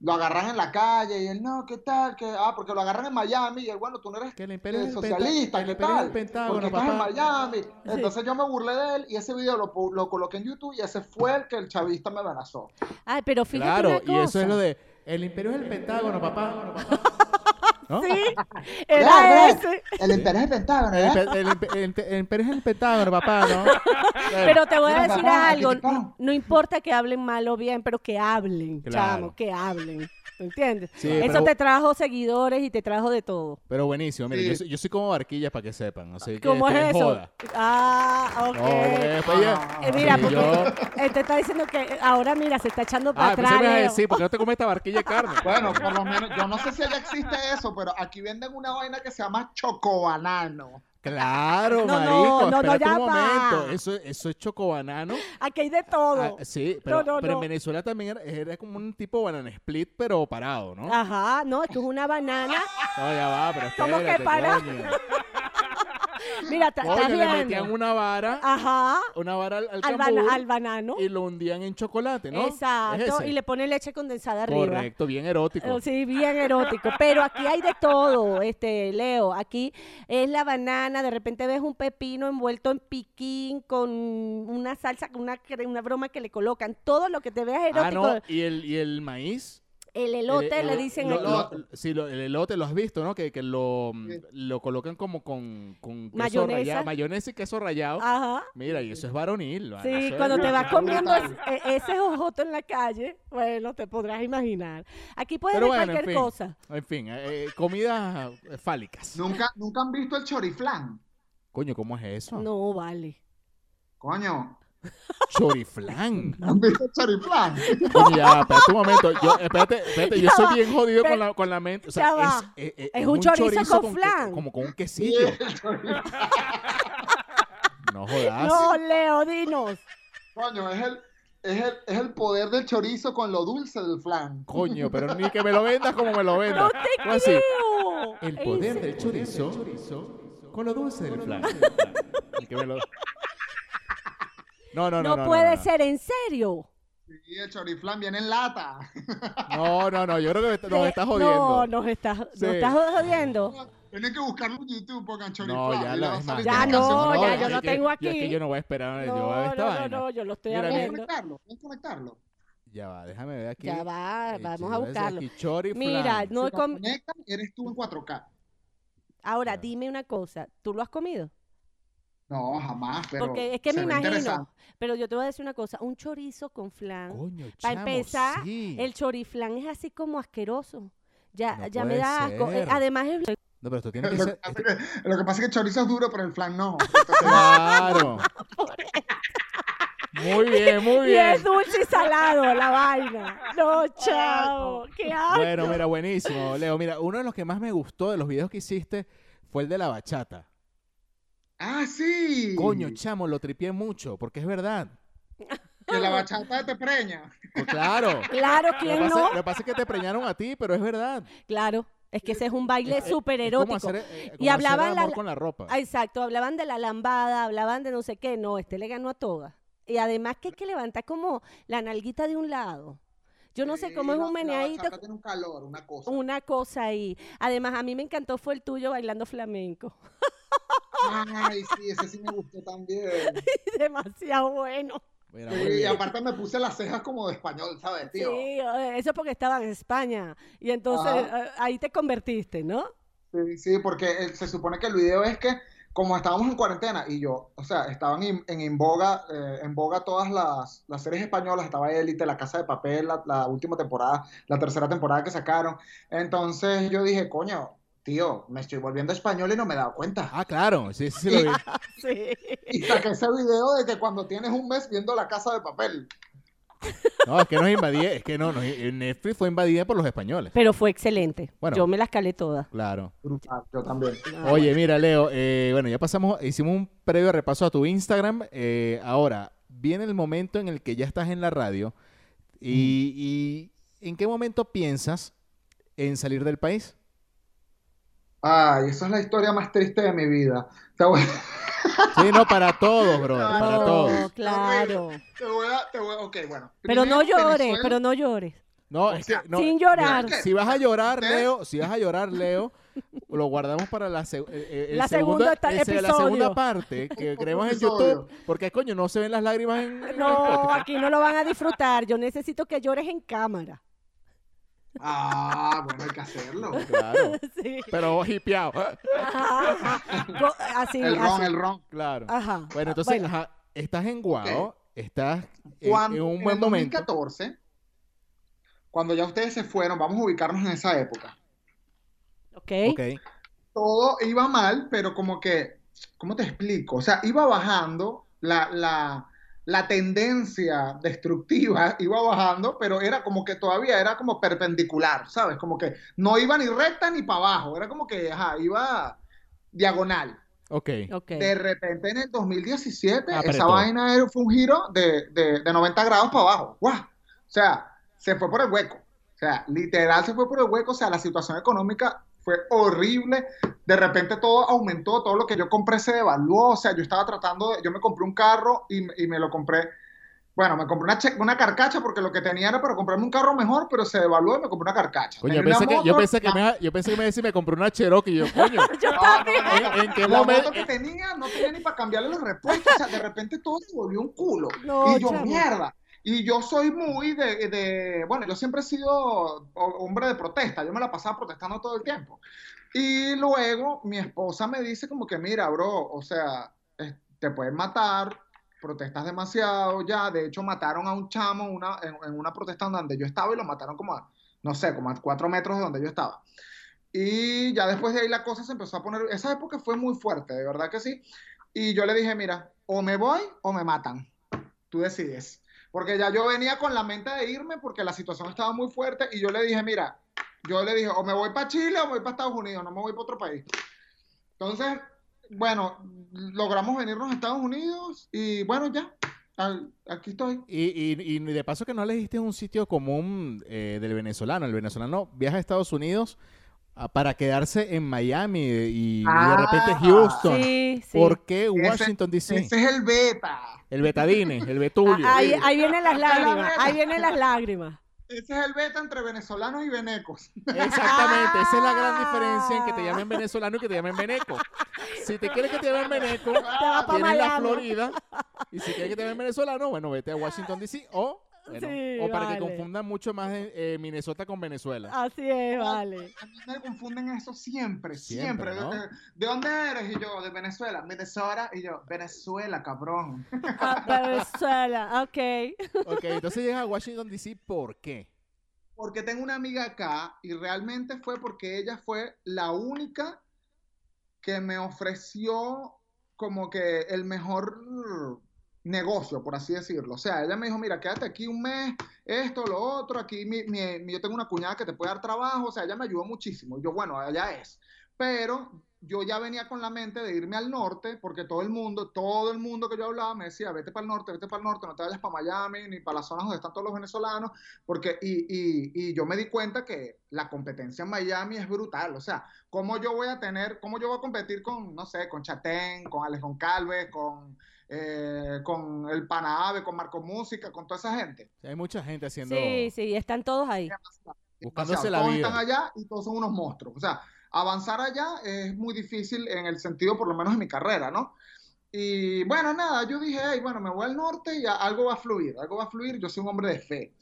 lo agarran en la calle y él, no, ¿qué tal? Que, ah, porque lo agarran en Miami y él, bueno, tú no eres
que el imperio
eh,
del Penta-
socialista,
el
¿qué
imperio del
tal?
Pentágono,
Porque estás en
papá.
Miami. Entonces yo me burlé de él y ese video lo, pu- lo coloqué en YouTube y ese fue el que el chavista me amenazó.
Ay, pero fíjate
Claro,
una
y eso es
cosa.
lo de. El imperio es el Pentágono, papá. ¿no?
Sí,
¿eh?
Claro,
era ese.
El Imperio es el Pentágono, ¿eh?
El,
¿verdad?
pe- el, pe- el te- el Pérez es el Pentágono, papá, ¿no?
Pero te voy a
Mira,
decir
papá, aquí
algo.
te paro.
No importa que hablen mal o bien, pero que hablen,
Claro.
chamo, que hablen. ¿Me entiendes?
Sí,
Eso
pero-
te trajo seguidores y te trajo de todo.
Pero buenísimo, mire,
Sí.
yo, soy- yo soy como barquilla para que sepan, así que
¿Cómo es
estoy en
eso?
joda.
Ah, ok.
No, porque después ya-
Eh, mira,
sí,
porque
yo-
él te está diciendo que ahora mira, se está echando para
Ah,
atrás.
pensé que me ibas a
Leo.
decir, porque no te comes esta barquilla de carne.
Bueno, por lo menos, yo no sé si allá existe eso, pero aquí venden una vaina que se llama chocobanano.
Claro,
No, no,
marico,
no, no,
espérate
ya
un
va.
momento. Eso, eso es chocobanano.
Aquí hay de todo.
Ah, sí, pero,
no,
pero en
no.
Venezuela también era, era como un tipo banana split, pero parado, ¿no?
Ajá, no, esto es una banana.
No, ya va, pero
Ah, ¿Cómo que
espérate,
parado?
coño.
Mira, ta-
Coño,
estás
le metían
viendo.
una vara,
Ajá,
una vara al, al
Ah, al, bana-
cambur
al banano.
y lo hundían en chocolate, ¿no? ¿Es
Exacto,
ese?
y le pone leche condensada arriba.
Correcto, bien erótico.
Eh, Sí, bien erótico. Pero aquí hay de todo, este, Leo. Aquí es la banana, de repente ves un pepino envuelto en piquín con una salsa, con una, cre- una broma que le colocan. Todo lo que te veas
Ah,
erótico.
no, y el, y el maíz.
El
El-
elote
el-
le dicen
lo-
aquí.
lo- sí, lo- el elote lo has visto, ¿no? Que, que lo,
Sí.
lo colocan como con, con queso
Mayonesa.
rallado, mayonesa y queso rallado.
Ajá.
Mira, y eso es varonil. ¿vale? Eso
Sí,
es-
cuando te vas
es
comiendo
brutal.
es- e- ese ojoto en la calle, bueno, te podrás imaginar. Aquí puedes
Pero
ver
bueno, en
cualquier
fin.
cosa.
En fin, eh, eh, comidas eh, fálicas.
¿Nunca, nunca han visto el choriflán.
Coño, ¿cómo es eso?
No, vale.
Coño,
Choriflán.
¿han visto el choriflán?
Coño, ya, Pues espérate un momento. Yo, espérate, espérate, yo
Ya
soy
va.
bien jodido
Pero-
con la, con la mente. O sea,
ya va.
es, eh, eh,
Es un chorizo con
que-
flan.
como con un quesillo.
El choriflán.
No jodas.
No, Leo, dinos.
Coño, es el, es, el, es el poder del chorizo con lo dulce del flan.
Coño, pero ni que me lo vendas como me lo vendas.
No te
Fue así.
creo.
El
Ey,
poder
sí.
del chorizo, con lo dulce del flan. El que me lo- No, no, no,
No,
no. no,
puede
no.
ser, en serio.
Y el choriflán viene en lata.
No, no, no. Yo creo que me- nos
Te-
estás jodiendo.
No, nos estás, nos
Sí.
estás jodiendo.
Tienen que buscarlo en YouTube, pongan choriflán.
No, ya
y le va
la
a
es más.
salir
Ya
una
no,
canción.
ya
es
yo lo
que-
tengo
yo es que
aquí.
yo no voy a esperar. yo
No,
a esta
no, no,
vaina.
no, yo lo estoy
Mira,
Pueden
abriendo.
conectarlo, pueden conectarlo.
Ya va, déjame ver aquí.
Ya va,
Eh,
vamos
yo
a
voy decir
buscarlo.
aquí, chori
Mira,
flan.
no he
Si lo
com-
conectan, eres tú en 4K.
ahora
Ya.
dime una cosa, ¿tú lo has comido?
No, jamás, pero
Porque es que
se
me
ve interesante.
imagino, pero yo te voy a decir una cosa, un chorizo con flan,
Coño,
Para
chamo,
empezar,
sí.
el choriflán es así como asqueroso. Ya,
No
ya me
puede
da asco. Eh,
ser.
Además es
No, pero esto tiene que
Lo que,
ser.
pasa es que- lo que pasa es que el chorizo es duro, pero el flan no. Entonces,
Claro. Muy bien, muy
y
bien.
es dulce y salado la vaina. No, chao. Qué asco.
Bueno, mira, buenísimo, Leo. Mira, uno de los que más me gustó de los videos que hiciste fue el de la bachata.
ah, sí.
Coño, chamo, lo tripié mucho, porque es verdad.
que la bachata te preña.
Pues claro.
Claro,
Lo que,
¿quién
pasa,
no?
lo que pasa es que te preñaron a ti, pero es verdad.
Claro, es que ese es un baile
Es- es-
súper
es como
erótico.
hacer, eh, como
Y
hacer
hablaban la-
amor con la ropa.
Ah, Exacto, hablaban de la lambada, hablaban de no sé qué, no, este le ganó a todas. Y además que hay que levantar como la nalguita de un lado. Yo no sé cómo es
Sí,
un
la- la
meneadito,
bachata tiene un calor, una cosa.
una cosa ahí. Además, a mí me encantó fue el tuyo bailando flamenco.
Ay, sí, ese sí me gustó también.
Demasiado bueno.
Mira, muy
Sí, y
bien.
aparte me puse las cejas como de español, ¿sabes,
Sí,
tío?
eh, eso porque estaba en España. Y entonces
Ajá.
eh, ahí te convertiste, ¿no?
Sí, sí, porque eh, se supone que el video es que como estábamos en cuarentena y yo, o sea, estaban in- en, en boga, eh, en boga todas las, las series españolas, estaba Élite, La Casa de Papel, la, la última temporada, la tercera temporada que sacaron. Entonces yo dije, coño, tío, me estoy volviendo español y no me he dado cuenta.
Ah, claro, sí, sí, sí lo vi.
Sí.
Y saqué ese video de que cuando tienes un mes viendo La Casa de Papel.
No, es que nos invadía, es que no, nos- eh, Netflix fue invadida por los españoles.
Pero fue excelente.
Bueno.
Yo me las calé todas.
Claro.
Brutal, yo también.
Ah,
Oye, mira, Leo, eh, bueno, ya pasamos, hicimos un previo repaso a tu Instagram. eh, ahora, viene el momento en el que ya estás en la radio. Y, y ¿en qué momento piensas en salir del país?
Ay, esa es la historia más triste de mi vida. Te voy-
Sí, no, para todos, brother, para
No.
todos.
claro.
te voy a, te voy a- ok, bueno.
Pero no
Primero,
llores,
Venezuela.
pero no llores.
No, es que, no, eh,
Sin llorar.
mira, si vas a llorar,
¿Ustedes?
Leo, si vas a llorar, Leo, lo guardamos para la, seg- eh, eh, el
La
segundo-
segunda ta-
el se- la segunda
episodio.
parte que
Otro
creemos en
episodio.
YouTube, porque coño, no se ven las lágrimas en, en el
No,
podcast.
aquí no lo van a disfrutar. Yo necesito que llores en cámara.
Ah, bueno, hay que hacerlo.
Claro.
Sí.
Pero hipeado.
Ajá, ajá. Co- Así,
El ron,
así.
el ron.
Claro.
Ajá.
Bueno, entonces,
Ah, Bueno.
ajá, estás en Guao, estás en,
Cuando,
en un
en
buen
el
momento.
2014, cuando ya ustedes se fueron, vamos a ubicarnos en esa época.
Ok.
Ok.
Todo iba mal, pero como que, ¿cómo te explico? O sea, iba bajando la, la, la tendencia destructiva, iba bajando, pero era como que todavía era como perpendicular, ¿sabes? Como que no iba ni recta ni para abajo, era como que, ajá, iba diagonal.
Ok.
Ok.
De repente en el 2017, esa
Apretó.
vaina era- fue un giro de, de- de 90 grados para abajo. ¡Guau! O sea, se fue por el hueco. O sea, literal se fue por el hueco. O sea, la situación económica fue horrible. De repente todo aumentó, todo lo que yo compré se devaluó. O sea, yo estaba tratando de. Yo me compré un carro y, me- y me lo compré. Bueno, me compré una, che- una carcacha porque lo que tenía era para comprarme un carro mejor, pero se devaluó y me compré una carcacha.
Coño,
Tenía
yo
una
pensé, que, yo,
moto,
pensé que
la-
me, iba- yo pensé que me iba a decir, me compré una Cherokee. Y yo, coño,
Yo
no,
también.
no, no, no.
Ah, ¿en qué
la
momento?
moto que tenía no tenía ni para cambiarle los repuestos. O sea, de repente todo se volvió un culo.
No,
y yo,
chamo.
mierda. Y yo soy muy de, de- Bueno, yo siempre he sido o- hombre de protesta. Yo me la pasaba protestando todo el tiempo. Y luego mi esposa me dice como que, mira, bro, o sea, es- te pueden matar, protestas demasiado ya. De hecho, mataron a un chamo en una, en, en una protesta donde yo estaba y lo mataron como a, no sé, como a cuatro metros de donde yo estaba. Y ya después de ahí la cosa se empezó a poner, esa época fue muy fuerte, de verdad que sí. Y yo le dije, mira, o me voy o me matan, tú decides. Porque ya yo venía con la mente de irme porque la situación estaba muy fuerte y yo le dije, mira, yo le dije, o me voy para Chile o me voy para Estados Unidos, no me voy para otro país. Entonces, bueno, logramos venirnos a Estados Unidos y bueno, ya, al- aquí estoy.
Y, y- y de paso que no elegiste un sitio común eh, del venezolano. El venezolano viaja a Estados Unidos ah, para quedarse en Miami y, y de repente
Ah,
Houston.
Sí, sí.
¿Por qué Washington DC?
Ese es el beta.
El Betadine, el
Ah,
Betulio.
ahí, ahí vienen las
Está la
lágrimas.
verga.
Ahí vienen las lágrimas.
Ese es el beta entre venezolanos y venecos.
Exactamente, esa es la gran diferencia en que te llamen venezolano y que te llamen veneco. Si te quieres que te llamen veneco,
vas pa'
tienes la
Miami.
Florida. Y si quieres que te llamen venezolano, bueno, vete a Washington DC o, bueno,
Sí,
o para
vale.
que confundan mucho más eh, Minnesota con Venezuela.
Así es, vale.
A mí me confunden eso siempre,
Siempre,
siempre.
¿no?
¿De, de dónde eres? Y yo, de Venezuela. Venezuela. Y yo, Venezuela, cabrón.
Ah, Venezuela, ok.
Ok, entonces llegas a Washington DC, ¿por qué?
Porque tengo una amiga acá y realmente fue porque ella fue la única que me ofreció como que el mejor negocio, por así decirlo. O sea, ella me dijo, mira, quédate aquí un mes, esto, lo otro, aquí mi- mi- mi- yo tengo una cuñada que te puede dar trabajo, o sea, ella me ayudó muchísimo. Y yo, bueno, allá es. Pero yo ya venía con la mente de irme al norte, porque todo el mundo, todo el mundo que yo hablaba me decía, vete para el norte, vete para el norte, no te vayas para Miami, ni para las zonas donde están todos los venezolanos, porque, y, y, y yo me di cuenta que la competencia en Miami es brutal, o sea, ¿cómo yo voy a tener, cómo yo voy a competir con, no sé, con Chatén, con Alex Goncalves, con, eh, con el Panaave, con Marco Música, con toda esa gente?
O sea, hay mucha gente haciendo...
Sí, sí, están todos ahí.
Buscándose
Demasiado.
la
todos
vida.
están allá y todos son unos monstruos. O sea, avanzar allá es muy difícil en el sentido, por lo menos en mi carrera, ¿no? Y bueno, nada, yo dije, "Ey, bueno, me voy al norte y a- algo va a fluir, algo va a fluir, yo soy un hombre de fe.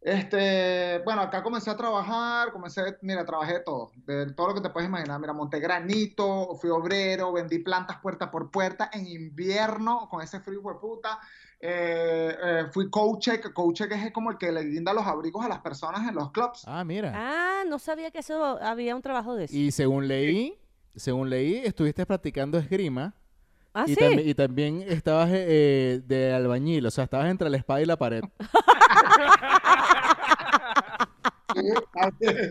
Este, bueno, acá comencé a trabajar, comencé, mira, trabajé de todo, de todo lo que te puedes imaginar. Mira, monté granito, fui obrero, vendí plantas puerta por puerta en invierno con ese frío de puta. Eh, eh, fui coach, que coach es como el que le guinda los abrigos a las personas en los clubs.
Ah, mira.
Ah, no sabía que eso había un trabajo de eso.
Y según leí, según leí, estuviste practicando esgrima.
ah,
y,
sí.
tambi- y también estabas eh, de albañil, o sea, estabas entre la espada y la pared.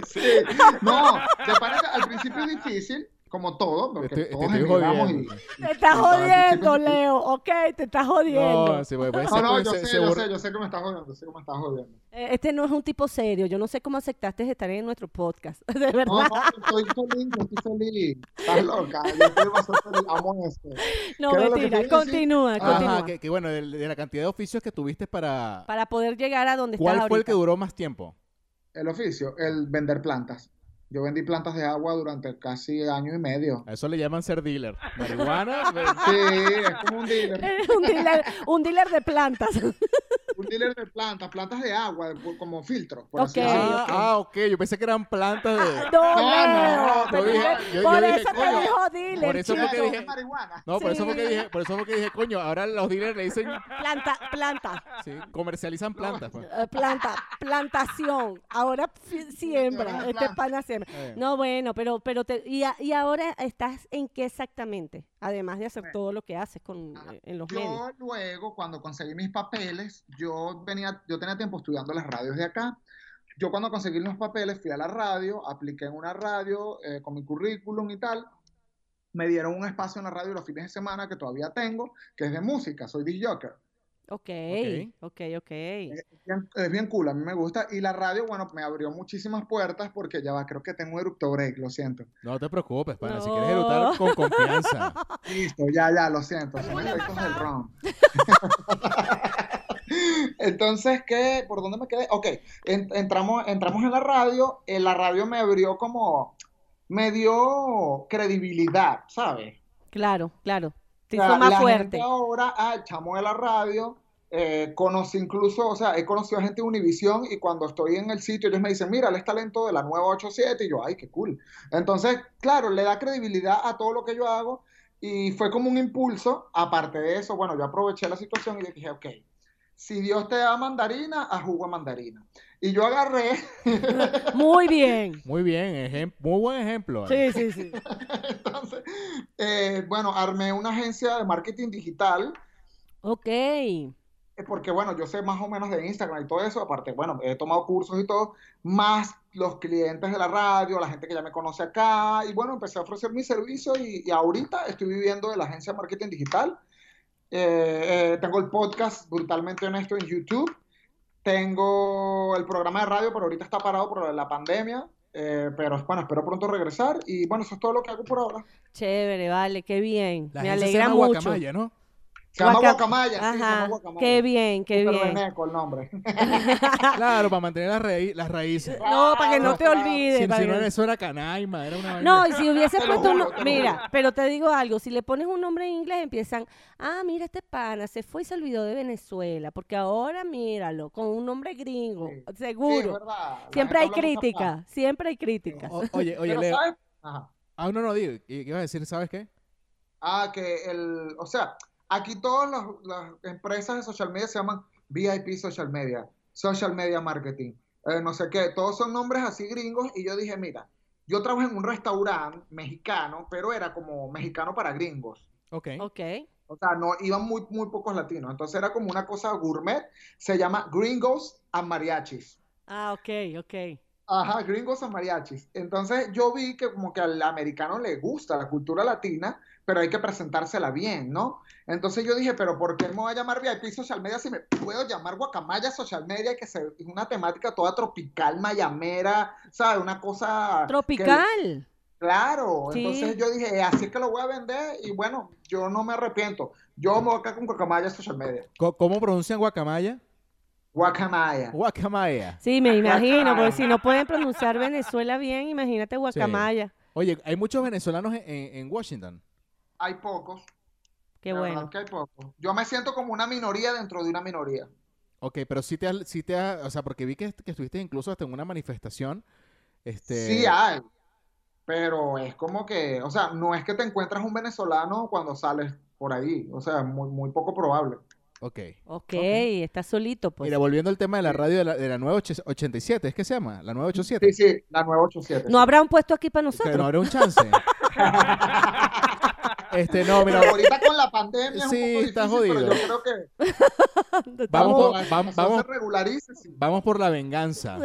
Sí. No, te parece, al principio es difícil, como todo, porque
Te estoy- te
todos
estoy
emigramos
este jodiendo.
y-
Te estás
y al principio es
jodiendo,
difícil.
Leo. Ok, te estás jodiendo.
No, sí, puede- puede
No,
ser
no,
porque
yo
se-
sé,
se
yo
burla-
sé, yo sé que me estás jodiendo, yo sé que me estás jodiendo.
Eh, Este no es un tipo serio. Yo no sé cómo aceptaste estar en nuestro podcast. De verdad.
No, no, yo estoy feliz, yo estoy feliz. Estás loca, yo estoy demasiado feliz, amo esto.
No,
¿Qué era lo
mentira.
que te iba a decir?
Continúa,
Ajá,
continúa.
Ajá, que, que bueno, de, de la cantidad de oficios que tuviste para...
Para poder llegar a donde
¿Cuál fue
estás
el que
ahorita.
duró más tiempo?
El oficio, el vender plantas. Yo vendí plantas de agua durante casi año y medio.
A eso le llaman ser dealer. Marihuana,
Sí, es como un dealer.
un, dealer, un dealer de plantas.
Un dealer de plantas, plantas de agua, por- como filtro. Por así
Ok.
decirlo.
ah, ah, ok. Yo pensé que eran plantas de.
No,
no,
Leo,
yo
te
dije-
dije-
yo- yo
por
dije,
eso te
coño,
dijo dealer.
por eso fue que
chico.
Claro,
dije-
marihuana.
No, por eso fue que
Sí.
dije, por eso fue que dije, coño, ahora los dealers le dicen,
Planta, planta.
sí, comercializan plantas. pues.
Eh, planta, plantación, ahora fi-
Ahora
siembra, este
planta.
pana siembra.
Eh.
No, bueno, pero, pero te, y, a- y ahora estás en qué exactamente, además de hacer todo lo que haces con,
Ajá.
eh, en los medios.
Yo luego, cuando conseguí mis papeles, yo venía, yo tenía tiempo estudiando las radios de acá. Yo cuando conseguí los papeles fui a la radio, apliqué en una radio eh, con mi currículum y tal. Me dieron un espacio en la radio los fines de semana que todavía tengo, que es de música, soy disc jockey.
Ok, ok, ok.
Eh, Bien- Es bien cool, a mí me gusta. Y la radio, bueno, me abrió muchísimas puertas porque ya va, creo que tengo eructo break, lo siento.
No te preocupes, pana, si
No.
quieres eructar con confianza.
Listo, ya, ya, lo siento. Son efectos del ron. Entonces, ¿qué? ¿Por dónde me quedé? Ok, en- entramos, entramos en la radio. eh, la radio me abrió como. Me dio credibilidad, ¿sabes?
Claro, claro. Te
O sea,
hizo más
la
fuerte.
gente ahora, ah, el chamo de la radio. eh, conocí incluso, o sea, he conocido a gente de Univisión y cuando estoy en el sitio ellos me dicen, mira, él es talento de la nueva 87 y yo, ay, qué cool. Entonces, claro, le da credibilidad a todo lo que yo hago y fue como un impulso. Aparte de eso, bueno, yo aproveché la situación y dije, ok, si Dios te da mandarina, a jugo de mandarina. Y yo agarré,
Muy bien.
Muy bien, ejem- muy buen ejemplo. eh.
Sí, sí, sí.
entonces, eh, bueno, armé una agencia de marketing digital.
Ok.
eh, porque bueno, yo sé más o menos de Instagram y todo eso, aparte, bueno, he tomado cursos y todo, más los clientes de la radio, la gente que ya me conoce acá, y bueno, empecé a ofrecer mi servicio y, y ahorita estoy viviendo de la agencia de marketing digital. Eh, eh, tengo el podcast Brutalmente Honesto en YouTube, tengo el programa de radio, pero ahorita está parado por la pandemia, eh, pero bueno, espero pronto regresar y bueno, eso es todo lo que hago por ahora.
Chévere, vale, qué bien.
La
Me
agencia se
alegra
llama
mucho.
Guacamaya, ¿no?
Se llama
Guaca-
Guacamaya, sí, se llama
Ajá.
Guacamaya.
Qué bien, qué
Pero
bien.
veneco el nombre.
Claro, para mantener las, raí- las raíces.
No, para que no te
Claro.
Si,
olvides.
si
para que-
no era eso era Canaima, era una vaina.
No, y si hubiese
Te lo
puesto un...
juro,
no-
te lo
Mira,
juro.
pero te digo algo, si le pones un nombre en inglés empiezan, ah, mira este pana, se fue y se olvidó de Venezuela, porque ahora míralo, con un nombre gringo,
Sí. Sí, es
seguro.
verdad, la
siempre
gente
hay
habla mucha plata.
crítica, siempre hay crítica.
O- oye, oye,
Pero,
Leo.
¿sabes? Ajá.
Ah, no, no, digo. ¿Qué ibas a decir? ¿Sabes qué?
Ah, que el, o sea, aquí todas las, las empresas de social media se llaman VIP Social Media, Social Media Marketing, eh, no sé qué, todos son nombres así gringos y yo dije, mira, yo trabajo en un restaurante mexicano, pero era como mexicano para gringos.
Ok.
Ok,
O sea, no iban muy, muy pocos latinos. Entonces era como una cosa gourmet. Se llama Gringos and Mariachis.
ah, ok, ok.
Ajá, gringos a mariachis. Entonces yo vi que como que al americano le gusta la cultura latina, pero hay que presentársela bien, ¿no? Entonces yo dije, pero ¿por qué me voy a llamar VIP Social Media si me puedo llamar Guacamaya Social Media, que se- es una temática toda tropical, mayamera, ¿sabes? Una cosa
Ah,
que-
Tropical.
claro,
Sí.
entonces yo dije, "Eh, así es que lo voy a vender y bueno, yo no me arrepiento. Yo me voy acá con Guacamaya Social Media.
Co- ¿Cómo pronuncian guacamaya?
Guacamaya.
Guacamaya.
Sí, me imagino, porque
Guacamaya.
si no pueden pronunciar Venezuela bien, imagínate Guacamaya.
Oye, hay muchos venezolanos en, en- en Washington.
Hay pocos,
Qué
la verdad
bueno.
que hay pocos. Yo me siento como una minoría dentro de una minoría.
Ok, pero sí te, has- sí te has- o sea, porque vi que, que estuviste incluso hasta en una manifestación. Este,
Sí ah, hay, pero es como que, o sea, no es que te encuentras un venezolano cuando sales por ahí, o sea, es muy, muy poco probable.
Ok.
Ok,
Ok.
estás solito, pues.
Mira, volviendo al tema de la radio de la, de la 987, ¿es que se llama? La
Sí,
987.
sí, la 987.
¿No habrá un puesto aquí para
Que no
nosotros?
habrá un chance. este, no, mira,
Pero ahorita con la pandemia
Sí,
es un
está
poco difícil,
jodido.
pero yo creo que
Vamos
cuando
por-
la
vam-
situación
vamos-
se regularice, sí.
Vamos por la venganza.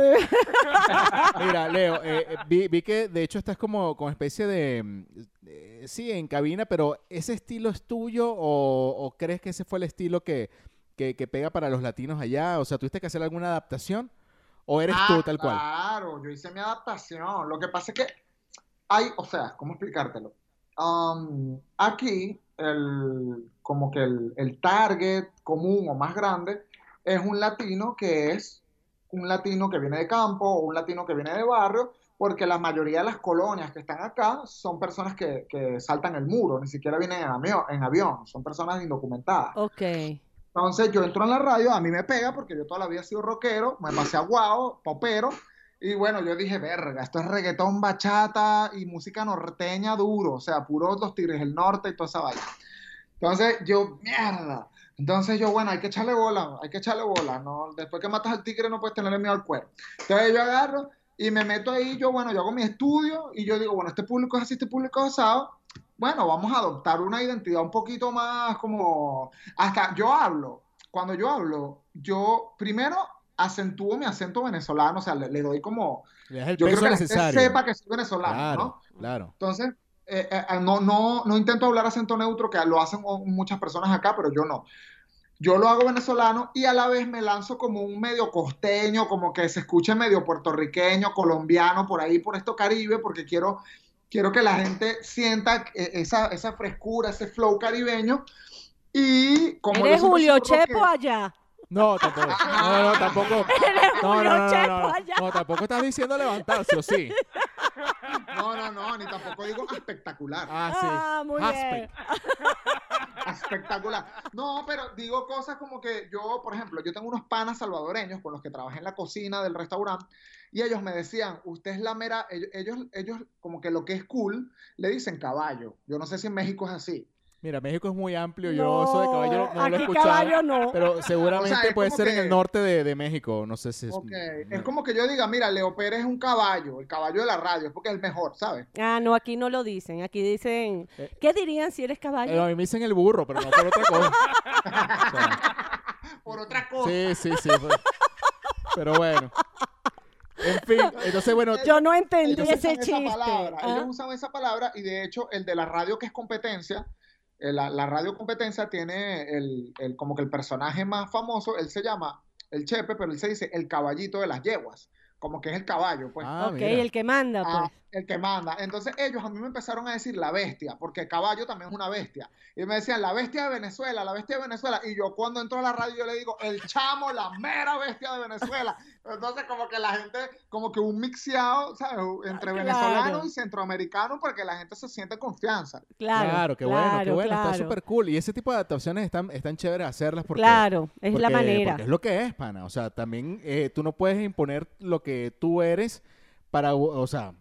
Mira, Leo, eh, eh, vi, vi que de hecho estás como con especie de... mm, eh, sí, en cabina, pero ¿ese estilo es tuyo o, o crees que ese fue el estilo que, que, que pega para los latinos allá? O sea, ¿tuviste que hacer alguna adaptación o eres
Ah,
tú tal cual?
claro, yo hice mi adaptación. Lo que pasa es que hay, o sea, ¿cómo explicártelo? Am, aquí, el, como que el, el target común o más grande es un latino que es un latino que viene de campo o un latino que viene de barrio, porque la mayoría de las colonias que están acá son personas que, que saltan el muro, ni siquiera vienen en avión, en avión son personas indocumentadas.
Ok,
Entonces yo entro en la radio, a mí me pega porque yo toda la vida he sido rockero, me pasé a guau, popero. Y bueno, yo dije, verga, esto es reggaetón, bachata y música norteña duro, o sea, puros los Tigres del Norte y toda esa vaina. Entonces yo, mierda. Entonces yo, bueno, hay que echarle bola, hay que echarle bola, ¿no? Después que matas al tigre no puedes tenerle miedo al cuerpo. Entonces yo agarro y me meto ahí, yo, bueno, yo hago mi estudio y yo digo, bueno, este público es así, este público es asado. Bueno, vamos a adoptar una identidad un poquito más como, hasta yo hablo, cuando yo hablo, yo primero acentúo mi acento venezolano, o sea, le, le doy como,
Le das el
yo creo
peso
que la gente
necesario.
sepa que soy venezolano,
claro,
¿no?
claro.
Entonces, eh, eh, no, no, no intento hablar acento neutro, que lo hacen o- muchas personas acá, pero yo no. Yo lo hago venezolano y a la vez me lanzo como un medio costeño, como que se escuche medio puertorriqueño, colombiano, por ahí, por esto Caribe, porque quiero, quiero que la gente sienta eh, esa, esa frescura, ese flow caribeño. Y como yo
Eres
siempre
Julio
soy rockero-
Chepo allá.
No, tampoco. No, no, tampoco. No, no,
Julio
no, no,
Chepo
no,
allá.
no, tampoco estás diciendo levantarse, ¿o sí?
No, no, no, ni tampoco digo espectacular.
Ah, sí.
Ah, muy bien.
Aspect.
Espectacular. No, pero digo cosas como que yo, por ejemplo, yo tengo unos panas salvadoreños con los que trabajé en la cocina del restaurante y ellos me decían, usted es la mera, ellos, ellos, ellos como que lo que es cool, le dicen caballo. Yo no sé si en México es así.
Mira, México es muy amplio. Yo eso de caballero no lo he
aquí
escuchado.
caballo no.
Pero seguramente
O sea, es
puede
como
ser en
que-
el norte de, de México. No sé si es.
Ok, Es como que yo diga, mira, Leo Pérez es un caballo, el caballo de la radio, es porque es el mejor, ¿sabes?
Ah, no, aquí no lo dicen. Aquí dicen,
Eh,
¿qué dirían si eres
Eh,
caballo?
a mí me dicen el burro, pero no por otra cosa. O sea,
Por otra cosa.
sí, sí, sí. pues. Pero bueno. En fin, entonces, bueno.
Yo no entendí
ellos
ese
usan esa
chiste.
palabra,
Ah,
ellos usan esa palabra y de hecho el de la radio que es competencia, eh, la, la radio competencia tiene el, el- como que el personaje más famoso, él se llama el Chepe, pero él se dice el caballito de las yeguas, como que es el caballo, pues.
Ah,
ok,
mira.
el que manda,
Ah,
pues.
el que manda. Entonces ellos a mí me empezaron a decir la bestia, porque caballo también es una bestia. Y me decían la bestia de Venezuela, la bestia de Venezuela. Y yo cuando entro a la radio yo le digo el chamo, la mera bestia de Venezuela. Entonces como que la gente, como que un mixeado, ¿sabes? Entre
Ah, claro.
venezolano y centroamericano, porque la gente se siente en confianza.
Claro,
Claro, qué bueno, qué
claro,
bueno. Está
claro.
súper cool. Y ese tipo de adaptaciones están, están chéveres hacerlas porque.
Claro, es la
porque-
manera.
porque es lo que es, pana. O sea, también eh, tú no puedes imponer lo que tú eres para. O sea,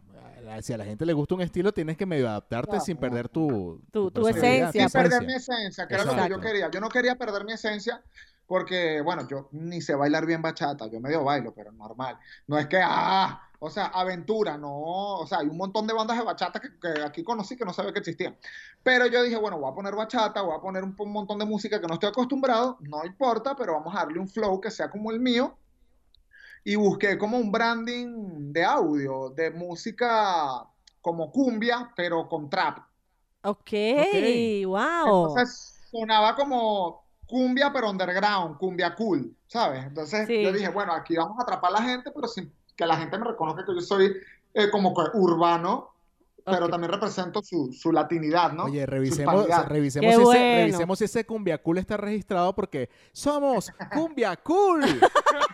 a- si a la gente le gusta un estilo, tienes que medio adaptarte
Claro.
sin perder tu.
Tu- tu
personalidad,
esencia,
Sin
pues.
perder mi esencia, que era lo que yo
Exacto.
quería. Yo no quería perder mi esencia. Porque, bueno, yo ni sé bailar bien bachata, yo medio bailo, pero normal. No es que, ah, o sea, aventura, no. O sea, hay un montón de bandas de bachata que, que aquí conocí que no sabía que existían. Pero yo dije, bueno, voy a poner bachata, voy a poner un, un montón de música que no estoy acostumbrado, no importa, pero vamos a darle un flow que sea como el mío. Y busqué como un branding de audio, de música como cumbia, pero con trap.
ok, wow.
Entonces sonaba como cumbia, pero underground, cumbia cool, ¿sabes? Entonces
Sí.
yo dije, bueno, aquí vamos a atrapar a la gente, pero sin que la gente me reconozca que yo soy eh, como que urbano, pero
Ok.
también represento su, su latinidad, ¿no?
Oye,
Su
revisemos,
hispanidad.
revisemos,
Qué
si
bueno.
ese, revisemos si ese Cumbia Cool está registrado porque somos Cumbia Cool.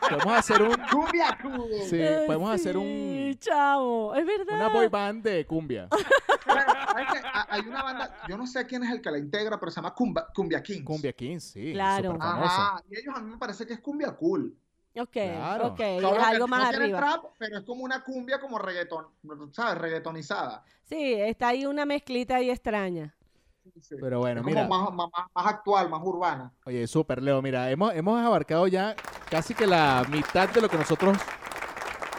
Podemos hacer un,
Cumbia cool.
sí,
Ay,
podemos hacer
Eh, sí,
un,
chavo, es verdad.
una boy band de cumbia.
Bueno, ¿sabes qué? Ha- hay una banda, yo no sé quién es el que la integra, pero se llama Cumba- Cumbia Kings.
Cumbia Kings, sí,
Claro.
súper famosa.
Ajá, y ellos a mí me parece que es cumbia cool.
Ok,
Claro.
ok,
Solo
es
que
algo
no
más
tiene
arriba.
trap, pero es como una cumbia como reggaeton, ¿sabes? Reggaetonizada.
Sí, está ahí una mezclita ahí extraña.
Sí.
Pero bueno,
Es
mira,
como más, más- más actual, más urbana.
oye, súper, Leo, mira, hemos, hemos abarcado ya casi que la mitad de lo que nosotros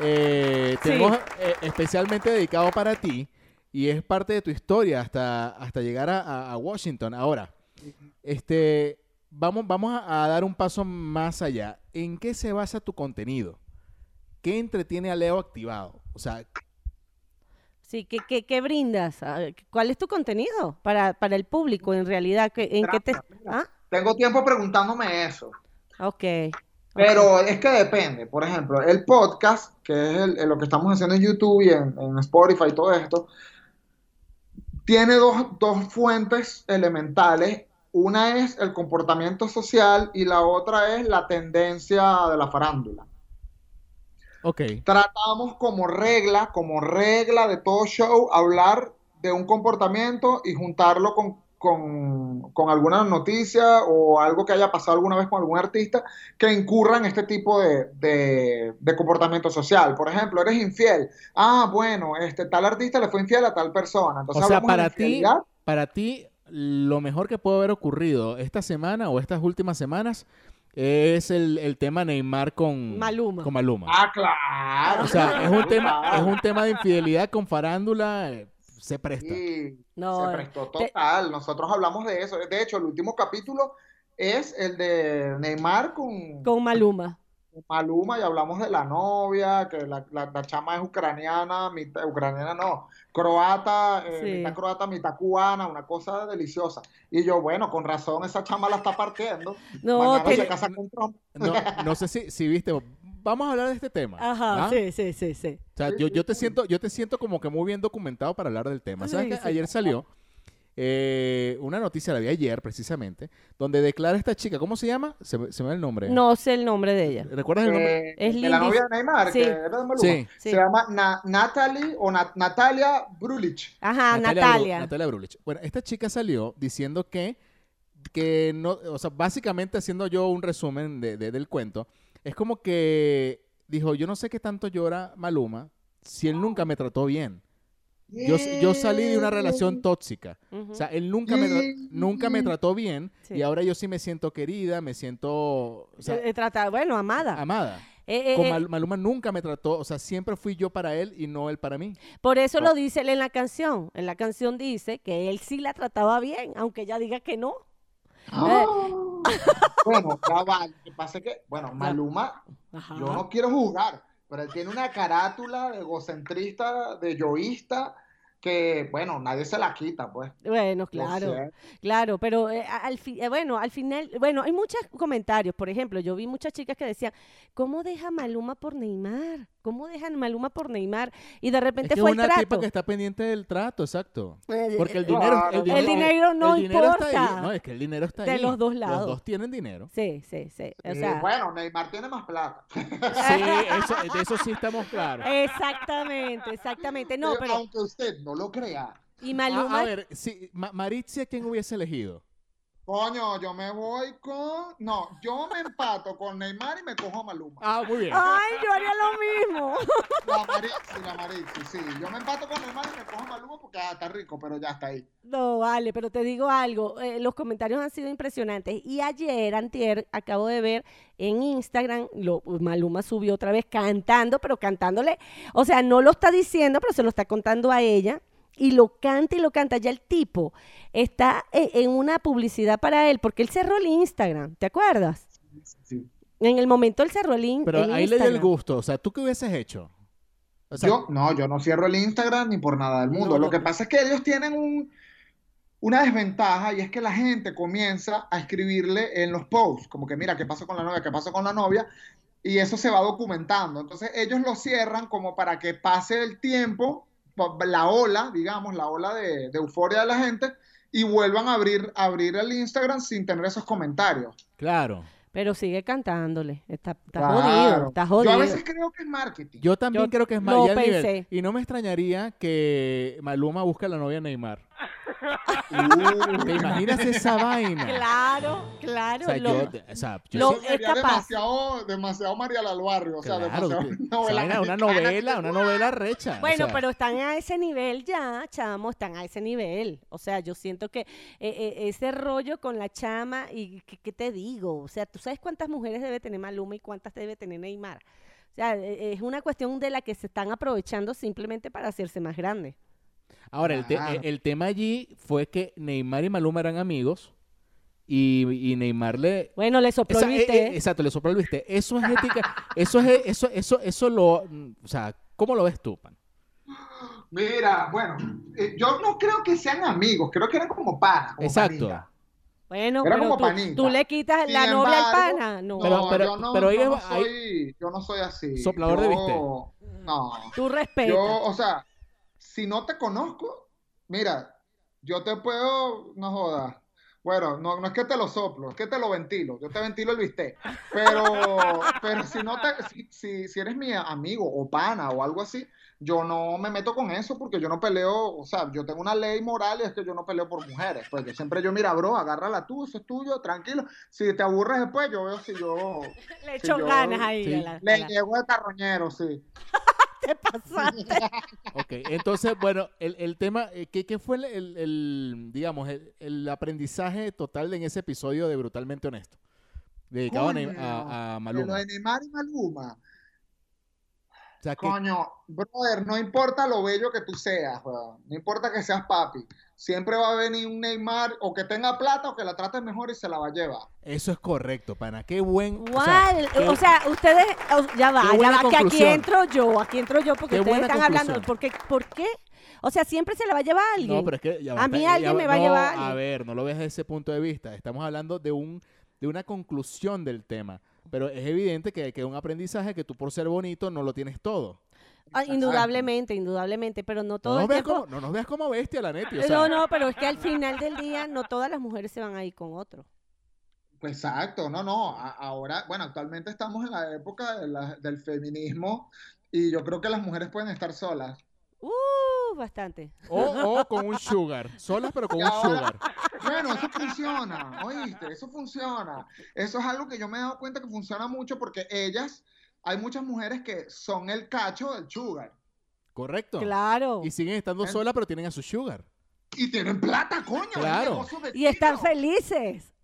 eh,
Sí.
tenemos eh, especialmente dedicado para ti y es parte de tu historia hasta, hasta llegar a- a- a Washington. Ahora, Este, vamos, vamos a, a dar un paso más allá. ¿En qué se basa tu contenido? ¿Qué entretiene a Leo activado? O sea,
Sí, ¿qué, qué, qué brindas? A ver, ¿Cuál es tu contenido para, para el público en realidad? ¿Qué- ¿En qué te...? ¿Ah?
Tengo tiempo preguntándome eso.
Ok.
Pero es que depende. Por ejemplo, el podcast, que es el- el lo que estamos haciendo en YouTube y en, en Spotify y todo esto, tiene dos, dos fuentes elementales. Una es el comportamiento social y la otra es la tendencia de la farándula.
ok.
tratamos como regla, como regla de todo show, hablar de un comportamiento y juntarlo con con, con alguna noticia o algo que haya pasado alguna vez con algún artista que incurra en este tipo de, de- de comportamiento social. Por ejemplo, eres infiel. Ah, bueno, este tal artista le fue infiel a tal persona. Entonces
O sea,
hablamos de
para ti,
infidelidad.
para ti, lo mejor que puede haber ocurrido esta semana o estas últimas semanas es el, el tema Neymar con
Maluma.
Con Maluma.
Ah, claro.
O sea, es un tema, es un tema de infidelidad con farándula, eh, se presta.
Sí,
No,
se
no.
prestó
Te-
total. Nosotros hablamos de eso. De hecho, el último capítulo es el de Neymar con,
con Maluma.
Maluma y hablamos de la novia, que la, la- la chama es ucraniana, mitad, ucraniana no, croata, eh,
Sí.
mitad croata, mitad cubana, una cosa deliciosa. Y yo, bueno, con razón esa chama la está partiendo.
No,
Mañana
te-
se casa con Trump.
No, no sé si, si viste, vamos a hablar de este tema.
Ajá,
¿ah?
sí, sí, sí, sí.
O sea,
Sí,
yo,
sí,
yo te
sí.
siento, yo te siento como que muy bien documentado para hablar del tema. ¿Sabes
Sí,
qué?
sí.
Ayer salió eh, una noticia, la vi ayer precisamente, donde declara esta chica, ¿cómo se llama? Se, me- se me va el nombre.
No sé el nombre de ella.
¿Recuerdas el nombre?
Eh,
Es
de la
lindis-
novia de Neymar,
Sí.
que era de Maluma.
Sí.
Sí.
Se llama Na- Natalie o Na- Natalia Brulich.
Ajá,
Bru-
Natalia.
Natalia Brulich. Bueno, esta chica salió diciendo que, que no, o sea, básicamente haciendo yo un resumen de- de- del cuento, es como que dijo, yo no sé qué tanto llora Maluma si él nunca me trató bien. Yo, yo salí de una
Mm.
relación tóxica.
Ujú.
O sea, él nunca me, tra-
Sí.
nunca me trató bien
Sí.
y ahora yo sí me siento querida, me siento o sea,
Eh, eh, trata- bueno, amada.
amada.
Eh, eh,
Con
eh,
Mal- Maluma nunca me trató, o sea, siempre fui yo para él y no él para mí.
Por eso lo dice él en la canción. En la canción dice que él sí la trataba bien, aunque ella diga que no.
Ah. Bueno, ya va. Lo que pasa es que, bueno, Maluma
Ajá.
Yo no quiero jugar, pero él tiene una carátula de egocentrista, de yoísta, que, bueno, nadie se la quita, pues.
Bueno,
No
claro,
sé.
claro, pero eh, a- al fi- eh, bueno, al final, bueno, hay muchos comentarios, por ejemplo, yo vi muchas chicas que decían, ¿cómo deja Maluma por Neymar? ¿Cómo dejan Maluma por Neymar? Y de
Es
repente
que es
fue el
una tipa
trato.
que está pendiente del trato, exacto.
Eh,
Porque el
Claro.
dinero, el
El
dinero,
dinero no
el dinero está ahí.
importa.
No, es que el dinero está
De
ahí.
los dos lados.
Los dos tienen dinero.
Sí, sí, sí. O
Sí,
sea,
bueno, Neymar tiene más plata.
Sí, eso, de eso sí estamos claros.
exactamente, exactamente. No,
Pero
pero
Aunque usted no Ah, lo crea.
y
A,
Maluma
a ver, si, Ma- Maritza, ¿quién hubiese elegido?
Coño, yo me voy con... No, yo me empato con Neymar y me cojo a Maluma.
Ah, muy bien.
Ay, yo haría lo mismo.
La Maritzi, la Maritzi, sí. Yo me empato con Neymar y me cojo a Maluma porque ah, está rico, pero ya está ahí.
No, vale, pero te digo algo, eh, los comentarios han sido impresionantes. Y ayer, antier, acabo de ver en Instagram, lo, Maluma subió otra vez cantando, pero cantándole, o sea, no lo está diciendo, pero se lo está contando a ella. Y lo canta y lo canta. Ya el tipo está eh, en una publicidad para él, porque él cerró el Instagram, ¿te acuerdas?
Sí.
En el momento él cerró el, in-
Pero
el
ahí le dio
Instagram.
el gusto. O sea, ¿tú qué hubieses hecho? O sea,
Yo, no, yo no cierro el Instagram ni por nada del mundo.
No,
Lo
no.
que pasa es que ellos tienen un, una desventaja y es que la gente comienza a escribirle en los posts, como que mira, ¿qué pasó con la novia? ¿Qué pasó con la novia? Y eso se va documentando. Entonces ellos lo cierran como para que pase el tiempo, pa- la ola, digamos, la ola de, de euforia de la gente y vuelvan a abrir, abrir el Instagram sin tener esos comentarios.
Claro.
Pero sigue cantándole. Está, está
Claro.
jodido, está
Yo a
jodido.
veces creo que es marketing.
Yo también creo que es
lo
María nivel.
pensé.
Y no me extrañaría que Maluma busque a la novia de Neymar.
Uh,
¿Te imaginas esa vaina?
Claro, claro.
O sea,
lo-
yo, o sea, yo
lo-
sé-
Eso sería
es capaz.
demasiado, demasiado María del Barrio, o sea,
claro,
demasiado
que- esa
novela
vaina, una
mexicana.
novela, una novela recha. o
Bueno,
sea,
pero están a ese nivel ya, chamo, están a ese nivel. O sea, yo siento que eh, eh, ese rollo con la chama y ¿qué, qué te digo? O sea, tú sabes cuántas mujeres debe tener Maluma y cuántas debe tener Neymar. O sea, eh, es una cuestión de la que se están aprovechando simplemente para hacerse más grandes.
Ahora, el, te- eh,
Claro.
el tema allí fue que Neymar y Maluma eran amigos y, y Neymar le...
Bueno, le sopló
Esa-
el
eh,
bistec.
eh, exacto, le sopló el viste. Eso es ética. eso es... Eso, eso, eso lo... O sea, ¿cómo lo ves tú, Pan?
Mira, bueno, eh, yo no creo que sean amigos, creo que eran como panas. como
Exacto.
panitas.
Bueno,
era
pero
como
tú,
panita.
tú le quitas
Sin
la novia al
embargo,
pana. No,
No,
Pero- pero-
yo no,
pero
yo
ahí-
no soy, yo no soy así.
Soplador de
Yo- No,
tú respetas.
yo, o sea, si no te conozco, mira, yo te puedo, no jodas, Bueno, no, no es que te lo soplo, es que te lo ventilo. Yo te ventilo el bistec. Pero, pero si no te, si, si, si eres mi amigo o pana o algo así, yo no me meto con eso porque yo no peleo, o sea, yo tengo una ley moral y es que yo no peleo por mujeres. Pues yo siempre yo, mira, bro, agárrala tú, eso es tuyo, tranquilo. Si te aburres después, yo veo si yo
Le
si
echó
yo-
ganas ahí.
sí.
a la- a
le
la-
llego de carroñero, sí.
Te pasaste.
Ok, entonces, bueno, el, el tema, eh, ¿qué, qué fue el, el- el, digamos, el, el aprendizaje total en ese episodio de Brutalmente Honesto? Dedicado a, Ne-
Coño,
a- a
Lo
Maluma.
de Neymar y Maluma.
O sea, ¿qué-
Coño, brother, no importa lo bello que tú seas, weón. no importa que seas papi, siempre va a venir un Neymar o que tenga plata o que la trate mejor y se la va a llevar.
eso es correcto, pana. Qué buen... o sea,
Igual,
qué-
o sea, ustedes, o- ya va,
qué
ya
buena
va, que aquí
conclusión.
entro yo, aquí entro yo, porque
Qué
ustedes
buena
están hablando,
conclusión.
porque, ¿por qué? O sea, siempre se la va a llevar alguien.
No, pero es que ya va,
A mí
ya
alguien me va a
no,
llevar
A
alguien.
ver, no lo ves desde ese punto de vista. Estamos hablando de un de una conclusión del tema. Pero es evidente que que es un aprendizaje que tú por ser bonito no lo tienes todo.
Ah, indudablemente, indudablemente, pero no todo
no,
el
nos veas
tiempo- Ah, Eh,
como, no nos veas como bestia, la neta.
No, no, pero es que al final del día no todas las mujeres se van a ir con otro.
Pues exacto, no, no, a- ahora, bueno, actualmente estamos en la época de la- del feminismo y yo creo que las mujeres pueden estar solas.
Uh, bastante.
O, o con un sugar. Solas, pero con
Y
un
ahora-
sugar.
Bueno, eso funciona, ¿oíste? Eso funciona. Eso es algo que yo me he dado cuenta que funciona mucho porque ellas, hay muchas mujeres que son el cacho del sugar
Correcto.
Claro.
Y siguen estando solas, pero tienen a su sugar.
y tienen plata, coño, es el
Claro.
negocio de
Y están
tiro.
felices.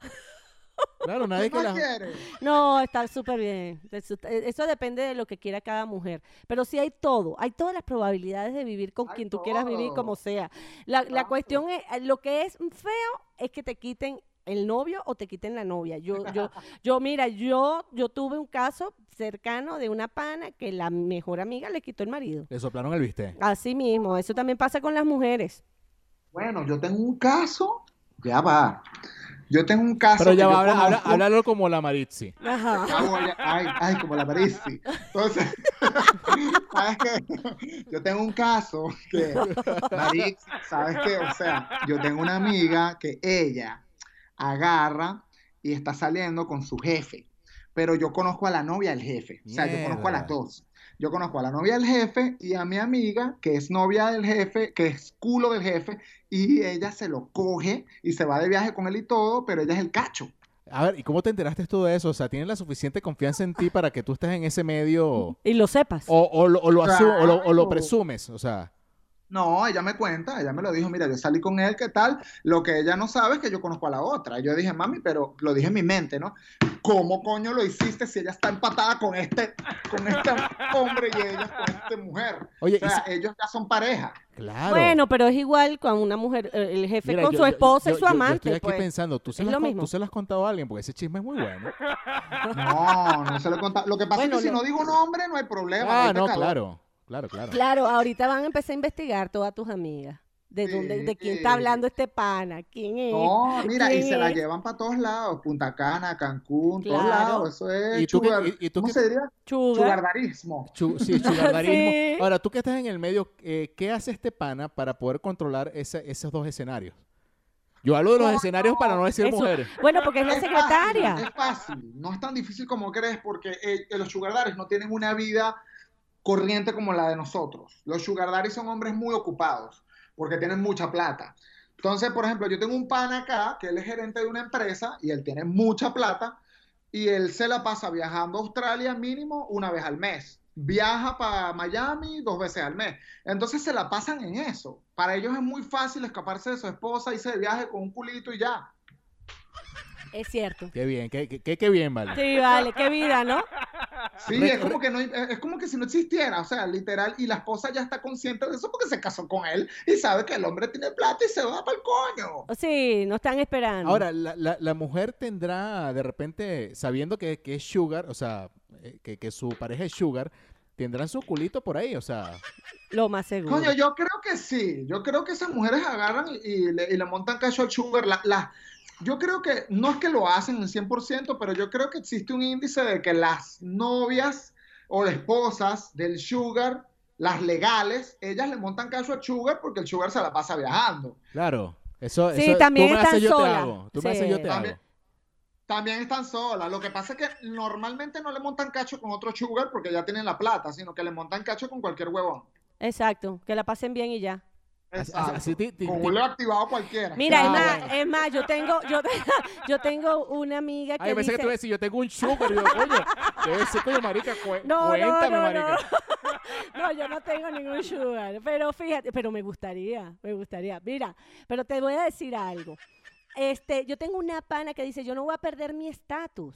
Claro,
¿Qué
nadie que
más
las...
quieres?
No, está súper bien. Eso, eso depende de lo que quiera cada mujer. Pero sí hay todo, hay todas las probabilidades de vivir con
Hay
quien tú quieras vivir,
todo.
como sea. La, la
Claro.
cuestión es, eh, lo que es feo es que te quiten el novio o te quiten la novia. Yo, yo, yo, mira, yo, yo tuve un caso cercano de una pana que la mejor amiga le quitó el marido.
Le soplaron el bistec.
Así mismo, eso también pasa con las mujeres.
Bueno, yo tengo un caso, ya va. Yo tengo un
Ah,
caso.
Pero
que
ya
yo
va, habla, habla-
conozco-
háblalo como la Maritzi.
Ajá.
Ya voy, ya- Ay, ay, como la Parisi. Entonces, ¿sabes qué? Yo tengo un caso que, Parisi, ¿sabes qué? O sea, yo tengo una amiga que ella agarra y está saliendo con su jefe. Pero yo conozco a la novia del jefe. O sea, yo conozco a las
Mierda.
dos. Yo conozco a la novia del jefe y a mi amiga, que es novia del jefe, que es culo del jefe, y ella se lo coge y se va de viaje con él y todo, pero ella es el cacho.
A ver, ¿y cómo te enteraste tú de eso? O sea, ¿tienes la suficiente confianza en ti para que tú estés en ese medio
Y lo sepas.
o, o lo, o lo asu- o lo- o lo
Claro.
presumes? O sea,
No, ella me cuenta, ella me lo dijo, mira, yo salí con él, ¿qué tal? Lo que ella no sabe es que yo conozco a la otra. Yo dije, mami, pero lo dije en mi mente, ¿no? ¿Cómo coño lo hiciste si ella está empatada con este, con este hombre y ella con esta mujer?
oye,
O
y si-
sea, ellos ya son pareja.
claro.
Bueno, pero es igual con una mujer, eh, el jefe
Mira,
con
yo-
su
yo-
esposa
yo-
y
yo-
su amante.
Yo estoy aquí
pues.
pensando, ¿tú se,
Es
las
lo
con-
mismo. Ah.
tú se las has contado a alguien porque ese chisme es muy bueno. Ah,
No, no se lo he contado. Lo que pasa
Bueno,
es que
lo-
si no digo nombre, no hay problema.
ah,
ahorita
no,
acabó.
claro, claro, claro.
Claro, ahorita van a empezar a investigar todas tus amigas. ¿De dónde, de quién está
Sí.
hablando este pana? ¿Quién es?
No, mira, y
¿Quién
se la
es?
llevan para todos lados, Punta Cana, Cancún, todos
Claro.
lados, eso es
¿Y tú qué-
sugar-
y- y tú
¿cómo
qué-
se diría?
Sugar.
Sugardarismo.
Chu- sí, chugardarismo.
Sí.
Ahora, tú que estás en el medio, eh, ¿qué hace este pana para poder controlar ese- esos dos escenarios? Yo hablo de los
Coño.
escenarios para no decir
Eso-
mujeres.
Bueno, porque es la
Es fácil,
secretaria.
es fácil, no es tan difícil como crees porque eh, los sugar daddies no tienen una vida corriente como la de nosotros. Los sugar daddies son hombres muy ocupados porque tienen mucha plata. Entonces, por ejemplo, yo tengo un pan acá que él es gerente de una empresa y él tiene mucha plata y él se la pasa viajando a Australia mínimo una vez al mes. Viaja para Miami dos veces al mes. Entonces se la pasan en eso. Para ellos es muy fácil escaparse de su esposa, irse de viaje con un culito y ya.
Es cierto.
Qué bien, qué, qué- qué- qué bien, vale.
Sí, vale, qué vida, ¿no?
Sí,
Re-
es como que no, eh, es como que si no existiera, o sea, literal, y la esposa ya está consciente de eso porque se casó con él y sabe que el hombre tiene plata y se va para el coño.
Sí, no están esperando.
Ahora, la, la- la mujer tendrá de repente, sabiendo que, que es sugar, o sea, eh, que, que su pareja es sugar, tendrán su culito por ahí, o sea,
lo más seguro.
Coño, yo creo que sí, yo creo que esas mujeres agarran y, y le, y le montan cacho al sugar. la- la- yo creo que no es que lo hacen en 100%, pero yo creo que existe un índice de que las novias o las esposas del sugar, las legales, ellas le montan cacho al sugar porque el sugar se la pasa viajando.
claro. Eso,
Sí,
eso-
también
tú me
están
haces, yo te
solas.
hago. Tú me
Sí.
haces, yo te
También-
hago.
También están solas. Lo que pasa es que normalmente no le montan cacho con otro sugar porque ya tienen la plata, sino que le montan cacho con cualquier huevón.
Exacto, que la pasen bien y ya.
Así-
Exacto.
así ti- ti-
con
ti-
un leo activado cualquiera.
Mira,
Ah,
es más,
bueno.
es más, yo tengo, yo, yo tengo una amiga que
Ay, pensé
dice,
que tú ibas a decir, yo tengo un sugar. Y yo, coño, debe decir, coño, marica, cu-
No, no,
cuéntame,
no,
marica.
no, yo no tengo ningún sugar, pero fíjate, pero me gustaría, me gustaría. Mira, pero te voy a decir algo. Este, yo tengo una pana que dice, yo no voy a perder mi estatus.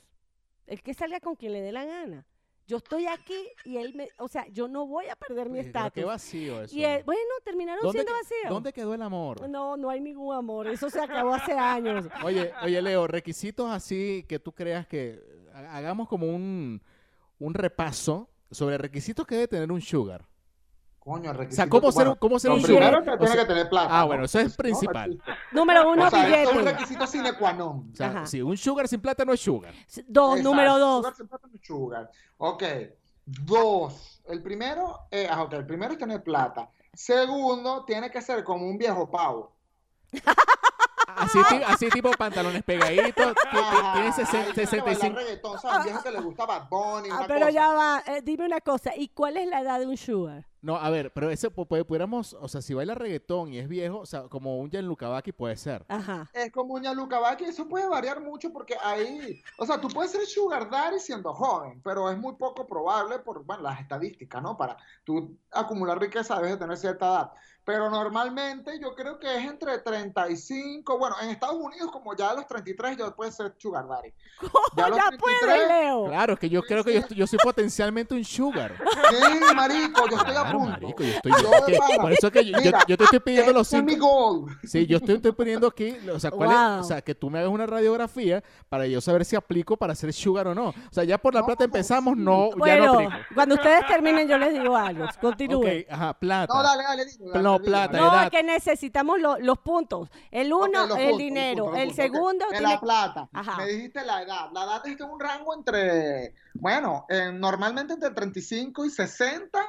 El que salga con quien le dé la gana. Yo estoy aquí y él me, o sea, yo no voy a perder mi
Oye, pero Qué
estatus.
vacío eso.
Y él- bueno, terminaron
¿Dónde
siendo
que-
vacíos.
¿Dónde quedó el amor?
No, no hay ningún amor, eso se acabó hace años.
Oye, oye, Leo, requisitos así que tú creas que ha- hagamos como un, un repaso sobre requisitos que debe tener un sugar.
Coño, el
O sea,
requisito-
¿cómo ser, un-
bueno,
cómo ser un
no,
sugar?
Primero que
O
tiene
sea,
que tener plata.
ah,
¿no?
bueno, eso es
No,
principal.
existe.
Número uno,
O sea, esto es un
billete.
requisito sine qua non.
O sea,
Ajá.
si un sugar sin plata no es sugar.
S- Dos,
Exacto,
Oh, número dos.
sugar, sin plata, no sugar. Ok, dos. El primero, eh, ah, ok, el primero es tener plata. Segundo, tiene que ser como un viejo pavo.
Así, ti- así tipo pantalones pegaditos, ti- ti-
Ajá,
tiene
ahí tiene que bailar
65.
reggaetón, ¿sabes? Un viejo que le gusta Bad Bunny,
Ah,
una
pero
cosa.
ya va, eh, dime una cosa, ¿y cuál es la edad de un sugar?
No, a ver, pero ese pu- pu- pudiéramos, o sea, si baila reggaetón y es viejo, o sea, como un Gianluca Vacchi puede ser.
Ajá.
Es como una Luca Vacchi, eso puede variar mucho porque ahí, o sea, tú puedes ser sugar daddy siendo joven, pero es muy poco probable por, bueno, las estadísticas, ¿no? Para tú acumular riqueza debes de tener cierta edad. Pero normalmente yo creo que es entre 35, bueno, en Estados Unidos como ya a los 33 ya puedes ser sugar daddy. Ya a los
Ya puedes,
33,
Leo.
Claro, es que yo creo que yo, estoy- yo soy potencialmente un sugar.
Sí, marico, yo estoy a
Claro,
punto.
marico, yo estoy.
Yo de
¿qué?
pana.
por eso es que yo, yo-
Mira,
yo te estoy pidiendo los
Ese es
cinco.
mi goal.
Sí, yo estoy, estoy poniendo aquí, o sea, cuál es- o
Wow.
sea, que tú me hagas una radiografía para yo saber si aplico para ser sugar o no. O sea, ya por la
No,
plata empezamos, no, ya no
Bueno,
aplico.
cuando ustedes terminen yo les digo algo. Continúen.
Ok, ajá, plata.
No, dale, dale, dilo, dale,
No,
dilo,
plata,
dale.
No,
edad.
es que necesitamos lo- los puntos. El
Ok,
uno,
los
el
puntos, los
dinero.
puntos, los
el
puntos, ok.
segundo
De
tiene-
la plata.
Ajá.
Me dijiste la edad. La edad está en un rango entre, bueno, eh, normalmente entre 35 y 60.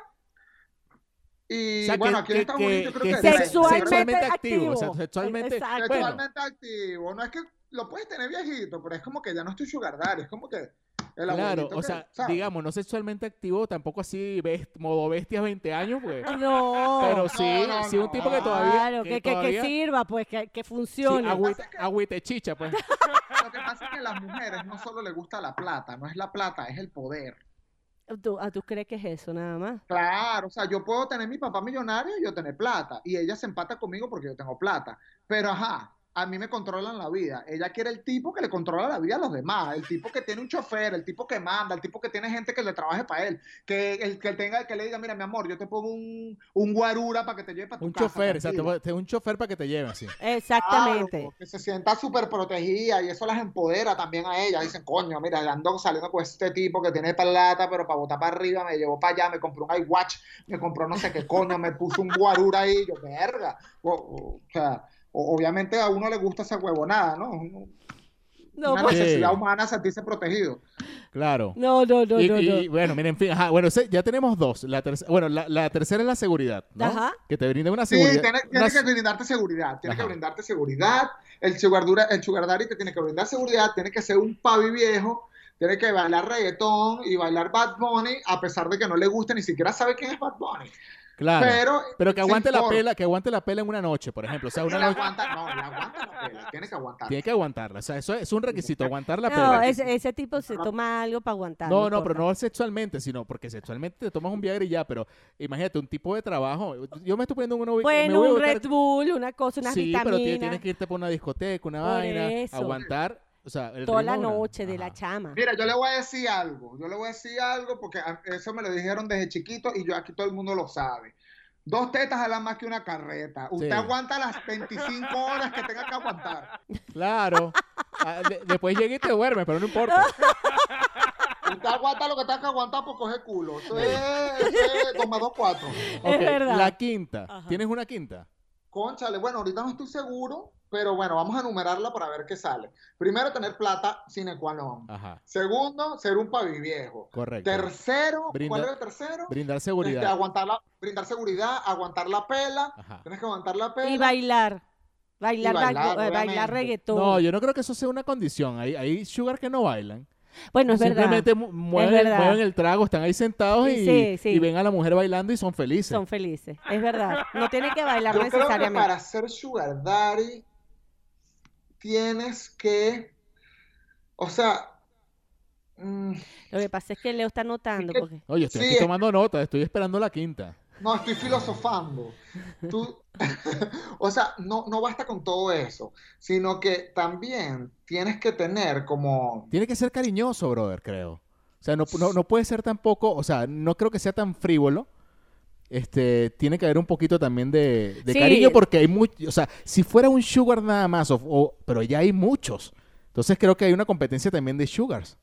Y
O sea, que-
bueno, aquí en
que-
Estados
que-
Unidos yo
que
creo que,
se-
Sexualmente
activo. O sea,
activo.
sexualmente.
Exacto.
Bueno,
sexualmente activo. No es que lo puedes tener viejito, pero es como que ya no estoy sugar daddy, es como que el
claro,
abuelito
o
que,
sea,
¿sabes?
digamos, no sexualmente activo, tampoco así, best- modo bestias 20 años, pues.
No.
Pero sí,
no,
sí, un tipo que
no.
todavía.
claro, que, que- que
todavía-
sirva, pues, que, que
sí,
funcione.
agüita, agüita chicha, pues.
Lo que pasa es que a las mujeres no solo les gusta la plata, no es la plata, es el poder.
¿Tú, ah, ¿Tú crees que es eso nada más?
Claro, o sea, yo puedo tener mi papá millonario y yo tener plata, y ella se empata conmigo porque yo tengo plata. Pero ajá, a mí me controlan la vida. Ella quiere el tipo que le controla la vida a los demás, el tipo que tiene un chofer, el tipo que manda, el tipo que tiene gente que le trabaje para él, que el que tenga que le diga, mira, mi amor, yo te pongo un, un guarura para que te lleve para tu
Un
casa,
chofer, o sea, te
tranquilo".
voy- te- un chofer para que te lleve así.
Exactamente.
Claro, que se sienta súper protegida y eso las empodera también a ellas. Dicen, coño, mira, ando saliendo con este tipo que tiene plata, pero para botar para arriba me llevó para allá, me compró un iWatch, me compró no sé qué coño, me puso un guarura ahí. Yo, verga. O, o- o sea, o- obviamente a uno le gusta esa huevonada, ¿no? Uno-
No,
una
pues-
Sí.
necesidad humana sentirse protegido.
Claro.
no, no, no,
y,
no,
y-
no.
y bueno, miren, en fin, ajá, bueno, se- ya tenemos dos. La terce- bueno, la, la tercera es la seguridad, ¿no?
Ajá.
Que te brinda una
Sí,
seguridad.
tiene, tiene
una
que
se-
brindarte seguridad, tiene que
Ajá.
brindarte seguridad, el sugar, dura- el sugar daddy te tiene que brindar seguridad, tiene que ser un pavi viejo, tiene que bailar reggaetón y bailar Bad Bunny, a pesar de que no le guste, ni siquiera sabe quién es Bad Bunny.
Claro. Pero,
Pero,
que
se
aguante la
informa.
pela, que aguante la pela en una noche, por ejemplo. O sea,
No,
una
le
noche.
aguanta, no, le aguanta la pela, tiene que aguantar.
Tiene que aguantarla. O sea, eso es un requisito, aguantar la
No,
pela.
ese, ese tipo se toma algo para aguantar.
No, no, pero
importa.
no sexualmente, sino porque sexualmente te tomas un Viagra y ya, pero imagínate, un tipo de trabajo. Yo me estoy poniendo en una ubica- me
Bueno,
voy a
un
ubicar-
Red Bull, una cosa, unas
Sí, pero ti-
vitaminas.
tienes que irte por una discoteca, una
Por
vaina,
eso.
aguantar, o sea, el
toda la
ritmo de una-
noche de la
Ajá.
chama.
Mira, yo le voy a decir algo, yo le voy a decir algo porque a- eso me lo dijeron desde chiquito y yo aquí todo el mundo lo sabe. Dos tetas jalan más que una carreta. Usted
Sí.
aguanta las 25 horas que tenga que aguantar.
Claro. Ah, de- después llega y te duermes, pero no importa.
Usted aguanta lo que tenga que aguantar por coger culo. Eso es, eso es dos más dos, cuatro.
Ok,
verdad.
La quinta.
Ajá.
¿Tienes una quinta?
Conchale, bueno, ahorita no estoy seguro, pero bueno, vamos a enumerarla para ver qué sale. Primero, tener plata sine qua non.
Ajá.
Segundo, ser un pavi viejo.
Correcto.
Tercero,
Brinda-
¿cuál era el tercero?
Brindar
Este,
seguridad.
aguantar la, brindar seguridad, aguantar la pela.
Ajá.
Tienes que aguantar la
Y
pela.
bailar. Bailar,
Y bailar,
tango, eh, bailar,
obviamente.
reggaetón.
No, yo no creo que eso sea una condición. Hay, hay sugar que no bailan.
bueno, es verdad.
Simplemente mu- mueven,
verdad.
mueven el trago, están ahí sentados y,
Sí, sí.
y ven a la mujer bailando y son felices.
Son felices. Es verdad. No tiene que bailar
Yo creo que
necesariamente.
para ser sugar daddy tienes que, o sea, mm,
Lo que pasa es que Leo está notando.
que-
Porque...
Oye, estoy
Sí,
aquí
es-
tomando nota, estoy esperando la quinta.
no estoy filosofando. Tú, o sea, no, no basta con todo eso, sino que también tienes que tener como,
Tiene que ser cariñoso, brother, creo. O sea, no, no, no puede ser tampoco, o sea, no creo que sea tan frívolo. Este, tiene que haber un poquito también de, de
Sí.
cariño porque hay mucho, o sea, si fuera un sugar nada más, o- o- pero ya hay muchos. Entonces creo que hay una competencia también de sugars.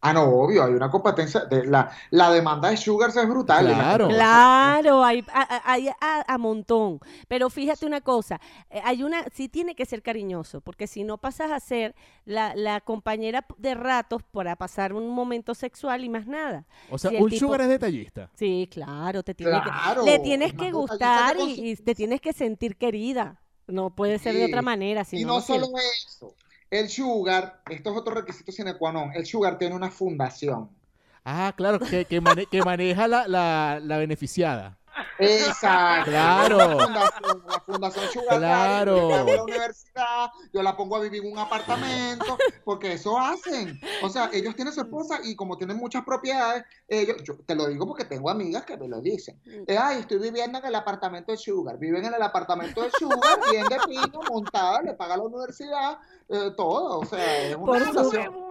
ah, no, obvio, hay una competencia, de, la, la demanda de sugars es brutal. y la
Claro.
competencia-
Claro, hay, a- a- hay a, a montón. Pero fíjate una cosa, eh, hay una, sí tiene que ser cariñoso, porque si no pasas a ser la, la compañera de ratos para pasar un momento sexual y más nada.
O sea,
Sí, el
un
tipo-
sugar es detallista.
Sí, claro, te tiene
Claro,
que, le tienes que
más
gustar
detallista que
y, y te tienes que sentir querida. No puede ser de otra
Sí,
manera, si
Y
no,
no
no sirve.
solo eso, el sugar, esto es otro requisito sine qua non, el sugar tiene una fundación.
Ah, claro, que, que, mane- que maneja la, la, la beneficiada.
Exacto.
Claro.
La fundación, la fundación Sugar
Claro.
Daddy, yo le hago la universidad, yo la pongo a vivir en un apartamento, porque eso hacen. O sea, ellos tienen su esposa y como tienen muchas propiedades, ellos, yo te lo digo porque tengo amigas que me lo dicen. Eh, Ay, estoy viviendo en el apartamento de Sugar. Viven en el apartamento de Sugar, bien de pino, montada, le paga la universidad, eh, todo. O sea, es una
Por su-
fundación.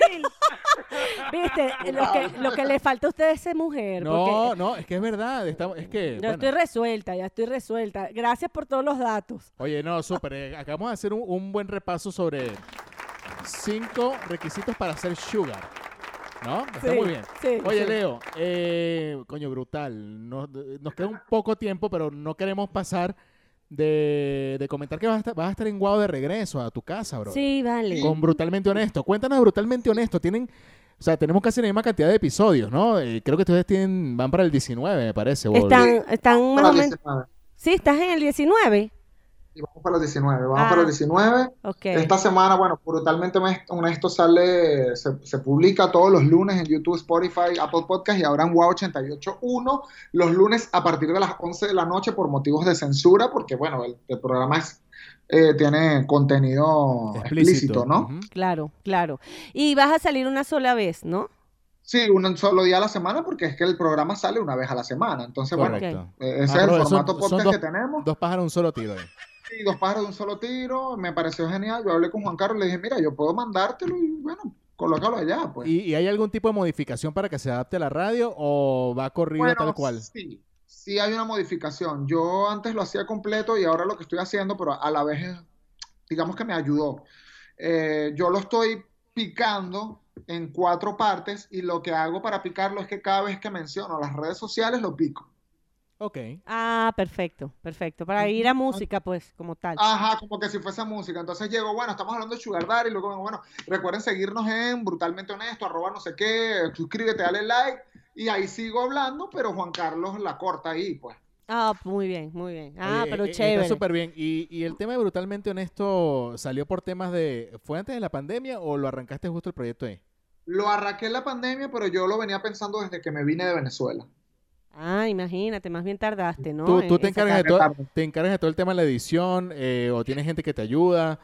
Viste, lo que, lo que le falta a ustedes es mujer.
No,
porque
no, es que es verdad. estamos- es que,
yo
bueno.
estoy resuelta, ya estoy resuelta. Gracias por todos los datos.
Oye, no, súper. eh, acabamos de hacer un, un buen repaso sobre cinco requisitos para hacer sugar. ¿No? Está
Sí,
muy bien.
sí,
Oye,
sí.
Leo, eh, coño, brutal. Nos, nos queda un poco tiempo, pero no queremos pasar de, de comentar que vas a, estar, vas a estar en Guau de regreso a tu casa, bro.
Sí, vale.
Con Brutalmente Honesto. Cuéntanos, de Brutalmente Honesto. Tienen, o sea, tenemos casi la misma cantidad de episodios, ¿no? Eh, creo que ustedes tienen, van para el 19, me parece. o el-
Están, están más
Para
o
los
menos.
19.
Sí, estás en el 19.
Y vamos para los 19, vamos
Ah.
para los 19.
Ok.
Esta semana, bueno, brutalmente Honest- honesto sale, se, se publica todos los lunes en YouTube, Spotify, Apple Podcast y ahora en WOW 88.1, los lunes a partir de las 11 de la noche por motivos de censura, porque bueno, el, el programa es, eh, tiene contenido explícito, ¿no?
Ujú.
Claro, claro. Y vas a salir una sola vez, ¿no?
Sí, un solo día a la semana, porque es que el programa sale una vez a la semana, entonces bueno,
Correcto.
eh, ese
Ah,
es el
pero son-
formato
son
podcast
dos-
que tenemos.
Dos pájaros, un solo tiro. eh.
Sí, dos pájaros de un solo tiro, me pareció genial. Yo hablé con Juan Carlos, le dije, mira, yo puedo mandártelo y bueno, colócalo allá, pues.
¿Y, y hay algún tipo de modificación para que se adapte a la radio o va corrido
Bueno,
tal cual?
sí, sí hay una modificación. Yo antes lo hacía completo y ahora lo que estoy haciendo, pero a la vez, eh, digamos que me ayudó. Eh, yo lo estoy picando en cuatro partes y lo que hago para picarlo es que cada vez que menciono las redes sociales lo pico.
Ok.
Ah, perfecto, perfecto. Para ir a música, pues, como tal.
Ajá, como que si fuese música. Entonces llego, bueno, estamos hablando de Sugar Daddy, y luego vengo, bueno, recuerden seguirnos en Brutalmente Honesto, arroba no sé qué, suscríbete, dale like, y ahí sigo hablando, pero Juan Carlos la corta ahí, pues.
Ah, muy bien, muy bien. Ah,
Oye,
pero
eh, eh,
chévere.
Está súper bien. Y, y el tema de Brutalmente Honesto salió por temas de... ¿Fue antes de la pandemia o lo arrancaste justo el proyecto ahí?
Lo arraqué en la pandemia, pero yo lo venía pensando desde que me vine de Venezuela.
Ah, imagínate, más bien tardaste, ¿no?
¿Tú,
En-
tú te,
en
encargas de
sacarle
todo,
tarde.
te encargas de todo el tema de la edición eh, o tienes gente que te ayuda?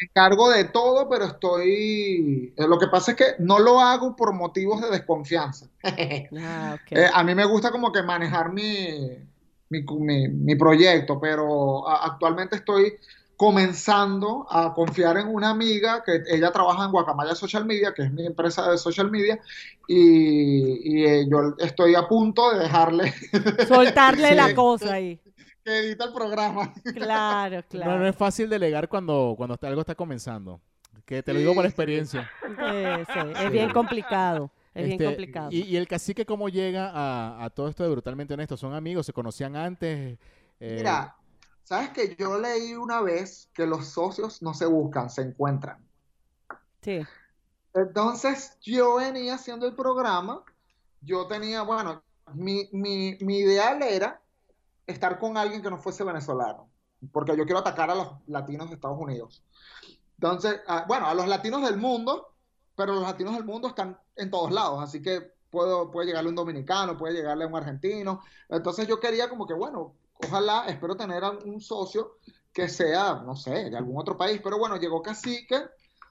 Me encargo de todo, pero estoy... eh, Lo que pasa es que no lo hago por motivos de desconfianza.
sacar- Ah, ok.
Eh, a mí me gusta como que manejar mi, mi, mi- mi proyecto, pero a- actualmente estoy comenzando a confiar en una amiga que ella trabaja en Guacamaya Social Media, que es mi empresa de social media, y, y, eh, yo estoy a punto de dejarle
Soltarle
Sí.
la cosa ahí.
que edita el programa.
Claro,
No,
claro.
No, es fácil delegar cuando, cuando está- algo está comenzando. Que te lo digo por
Sí,
experiencia.
Sí, sí, Es
Sí.
bien complicado. Es bien
Este,
complicado.
Y, y el cacique cómo llega a, a todo esto de Brutalmente Honesto? ¿Son amigos? ¿Se conocían antes? Eh,
Mira, sabes que yo leí una vez que los socios no se buscan, se encuentran.
Sí.
Entonces yo venía haciendo el programa, yo tenía, bueno, mi, mi, mi ideal era estar con alguien que no fuese venezolano. porque yo quiero atacar a los latinos de Estados Unidos. Entonces, a- bueno, a los latinos del mundo, pero los latinos del mundo están en todos lados, así que puedo, puede llegarle un dominicano, puede llegarle un argentino. Entonces yo quería como que, bueno, ojalá, espero tener a un socio que sea, no sé, de algún otro país, pero bueno, llegó Cacique